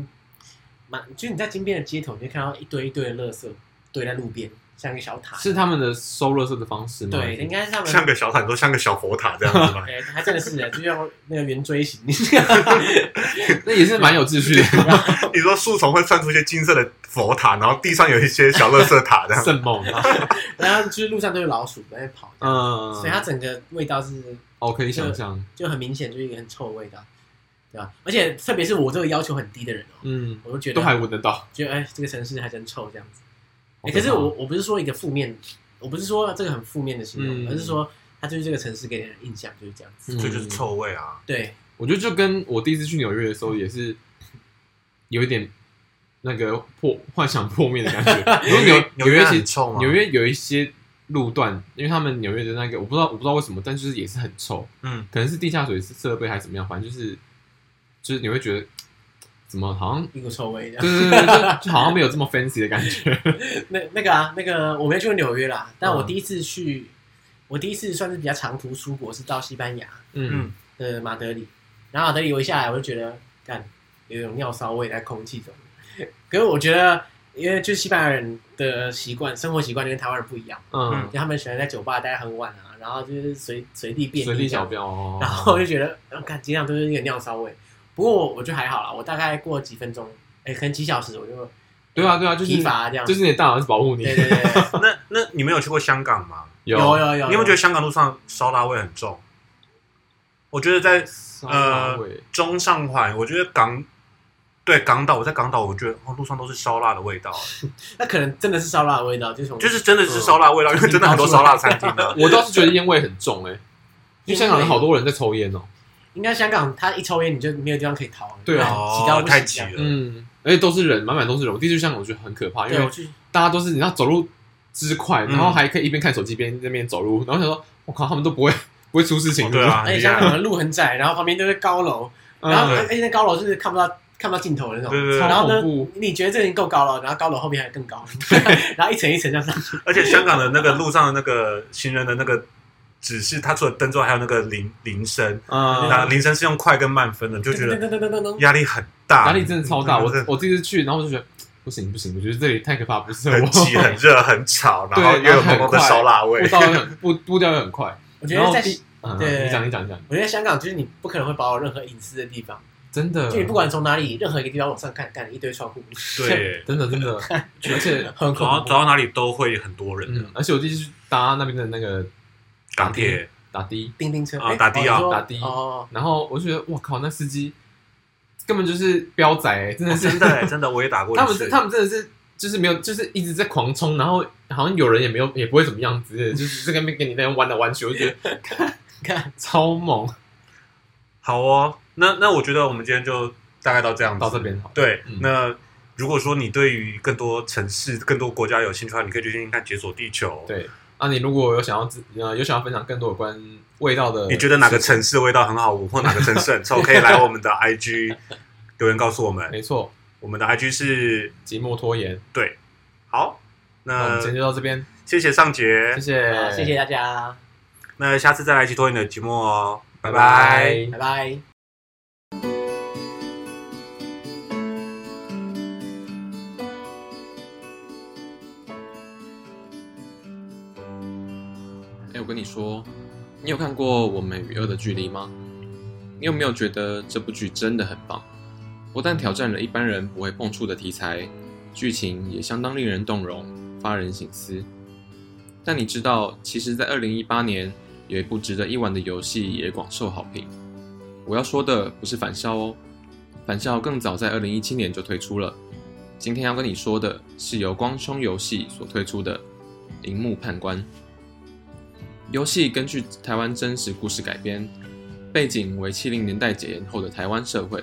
S1: 满，就是你在金边的街头，你就看到一堆一堆的垃圾堆在路边，像一个小塔。
S3: 是他们的收垃圾的方式吗？
S1: 对，应该是他们
S2: 像个小塔，你说像个小佛塔这样子吗？
S1: 哎，还真的是哎，就像那个圆锥形，
S3: <laughs> 那也是蛮有秩序的，
S1: 然后
S2: 你说树丛会窜出一些金色的佛塔，然后地上有一些小垃圾塔这样。
S3: 圣梦啊，
S1: 然后就是路上都有老鼠在跑，
S3: <laughs> 嗯，
S1: 所以它整个味道是
S3: 哦，可以想象，
S1: 就很明显，就是一个很臭的味道，对吧？而且特别是我这个要求很低的人哦，
S3: 嗯，
S1: 我就觉得
S3: 都还哦闻得到。
S1: 觉得哎，这个城市还真臭这样子。
S3: 好
S1: 哎，
S3: 怕
S1: 可是我我不是说一个负面，我不是说这个很负面的形容，
S3: 嗯
S1: 而是说它就是这个城市给人的印象就是这样子。
S3: 嗯
S2: 这就是臭味啊！
S1: 对，
S3: 我觉得就跟我第一次去纽约的时候也是有一点那个破幻想破灭
S1: <laughs>
S3: 的感觉，因为纽
S2: 纽约
S3: 约
S2: 很
S3: 其实
S2: 臭吗？
S3: 纽约有一些路段，因为他们纽约的那个我不知道我不知道为什么，但就是也是很臭，
S2: 嗯，
S3: 可能是地下水设备还是怎么样，反正就是就是你会觉得怎么好像。
S1: 一股臭味这样
S3: 对。对对对，就就好像没有这么 fancy 的感觉。
S1: 那那个啊，那个我没去过纽约啦，但我
S3: 嗯
S1: 第一次去，我第一次算是比较长途出国，是到西班牙
S3: 嗯，
S1: 的马德里，然后马德里我一下来，我就觉得干有一种尿骚味在空气中。 <laughs> 可是我觉得，因为就是西班牙人的习惯、生活习惯就跟台湾人不一样，
S3: 嗯
S1: 就他们喜欢在酒吧待很晚啊，然后就是随随地便
S3: 随地
S1: 利这样
S3: 小便哦。
S1: 然后我就觉得，呃干街上都是那个尿骚味。不过我我就还好啦，我大概过几分钟，哎，可能几小时我就
S3: 对啊对啊，就是
S1: 疲乏这样。
S3: 就是你的大脑是保护你。
S1: 对对对，对
S2: 那那你们有去过香港吗？
S3: 有
S1: 有有有，
S2: <laughs> 你有没有觉得香港路上烧腊味很重？我觉得在
S3: 骚扰味
S2: 中上环，我觉得港对港岛，我在港岛，我觉得、哦、路上都是烧腊的味道，
S1: 那可能真的是烧腊的味道，就从
S2: 就是真的是烧腊味道，因为真的很多烧腊餐厅啊。
S3: 我倒是觉得烟味很重哎、因为香港有好多人在抽烟哦、
S1: 应该香港，他一抽烟你就没有地方可以逃，
S3: 对啊
S1: 挤到
S2: 哦
S1: 不
S2: 太
S1: 行
S2: 挤
S1: 这样。
S2: 了。
S3: 嗯，而且都是人，满满都是人。我第一次去香港，我觉得很可
S2: 哎
S3: 怕，因
S1: 对，我
S3: 为
S1: 去
S3: 大家都是你知道走路之快，
S2: 嗯
S3: 然后还可以一边看手机边那边走路，然后想说，我靠，他们都不会 <laughs> 不会出事情，
S2: 哦对啊，
S1: 而且
S2: 很厉
S1: 哎香
S2: 害
S1: 港的路很窄，然后旁边都是高楼，
S3: 嗯，
S1: 然后
S2: 对
S1: 而且那高楼就是看不到看不到尽头的那
S2: 对
S1: 种。
S2: 对啊
S1: 然
S2: 对，
S1: 后呢
S3: 好嗯恐怖，
S1: 你觉得这已经够高了，然后高楼后面还更
S2: <laughs>
S1: 高，然后一层一层这样上去。
S2: 而且香港的那个路上的那个行人的那个指示，它除了灯之外，还有那个铃铃声，
S3: 嗯，
S2: 那铃声是用快跟慢分的，你就觉
S1: 噔
S2: 得
S1: 噔噔噔噔噔，
S2: 压力很大，
S3: 压力真的超大。我
S2: 真的
S3: 我第一次去，然后我就觉得不行不行，我觉得这里太可怕，不适合
S2: 很
S3: <laughs>
S2: 挤、
S3: 我。
S2: 很热、很吵，然
S3: 对
S2: 后又有浓浓
S3: 然后
S2: 的
S3: 很快
S2: 烧腊味
S3: 步。道也很步步调也很快，
S1: 我觉
S3: 然
S1: 得
S3: 后
S1: 在
S3: 第嗯，
S1: 对
S3: 你讲你讲你讲，
S1: 我觉得香港就是你不可能会保有任何隐私的地方，
S3: 真
S2: 嗯
S3: 的，
S1: 就你不管从哪里任何一个地方往上看，干一堆窗户，
S2: 对，
S3: 真的真
S1: <laughs>
S3: 的，而且
S1: 很
S2: 走
S1: 恐
S2: 到
S1: 怖
S2: 走。到哪里都会很多人
S3: 嗯
S2: 的，
S3: 而且我第一次去搭那边的那个
S2: 港铁。
S3: 打的，
S1: 叮叮车
S2: 啊
S1: 哎
S2: 打的
S1: 哦你
S2: 啊
S1: 说
S3: 打的
S1: 哦，
S3: 然后我就觉得我靠，那司机根本就是彪仔、欸，真的
S2: 哦
S3: 是，
S2: 真的欸真的，我也打过一次。
S3: 他们是他们真的是就是没有，就是一直在狂冲，然后好像有人也没有也不会怎么样之类的，就是这个边跟你那样弯来弯去，我就觉得
S1: 看
S3: 超猛。
S2: 好哦，那那我觉得我们今天就大概到这样子，
S3: 到这边好
S2: 对，
S3: 嗯
S2: 那如果说你对于更多城市、更多国家有兴趣的话，你可以去听听看《解锁地球》。，
S3: 对，那、你如果有想要知呃有想要分享更多有关味道的，
S2: 你觉得哪个？城市味道很好 <laughs> 闻，或哪个城市
S3: <laughs>
S2: 很臭，可以来我们的 IG 留言告诉我们。
S3: 没错，
S2: 我们的 IG 是
S3: 寂寞拖延。
S2: 对，好，
S3: 那我
S2: 那
S3: 们今天就到这边，
S2: 谢谢尚杰
S3: 谢，谢，
S1: 好谢谢，大家，
S2: 那下次再来一起拖你的节目哦，拜
S3: 拜
S1: 拜
S2: 拜。
S1: 拜。
S3: 哎、我跟你说，你有看过《我们与恶的距离》吗？你有没有觉得这部剧真的很棒？不但挑战了一般人不会碰触的题材，剧情也相当令人动容，发人省思。但你知道，其实，在二零一八年，有一部值得一玩的游戏也广受好评。我要说的不是返校哦，返校更早在二零一七年就推出了。今天要跟你说的是由光兄游戏所推出的《荧幕判官》。游戏根据台湾真实故事改编，背景为七零年代解严后的台湾社会，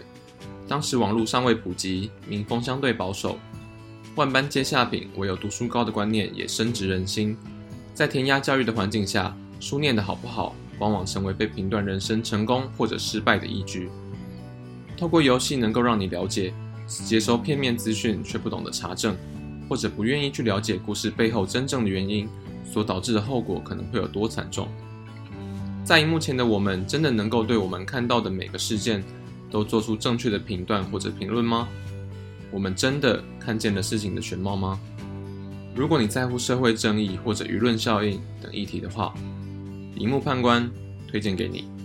S3: 当时网络尚未普及，民风相对保守，万般皆下品，唯有读书高的观念也深植人心。在填鸭教育的环境下，书念得好不好，往往成为被评断人生成功或者失败的依据。透过游戏能够让你了解接收片面资讯却不懂得查证，或者不愿意去了解故事背后真正的原因所导致的后果可能会有多惨重。在荧幕前的我们，真的能够对我们看到的每个事件都做出正确的评断或者评论吗？我们真的看见了事情的全貌吗？如果你在乎社会正义或者舆论效应等议题的话，荧幕判官推荐给你。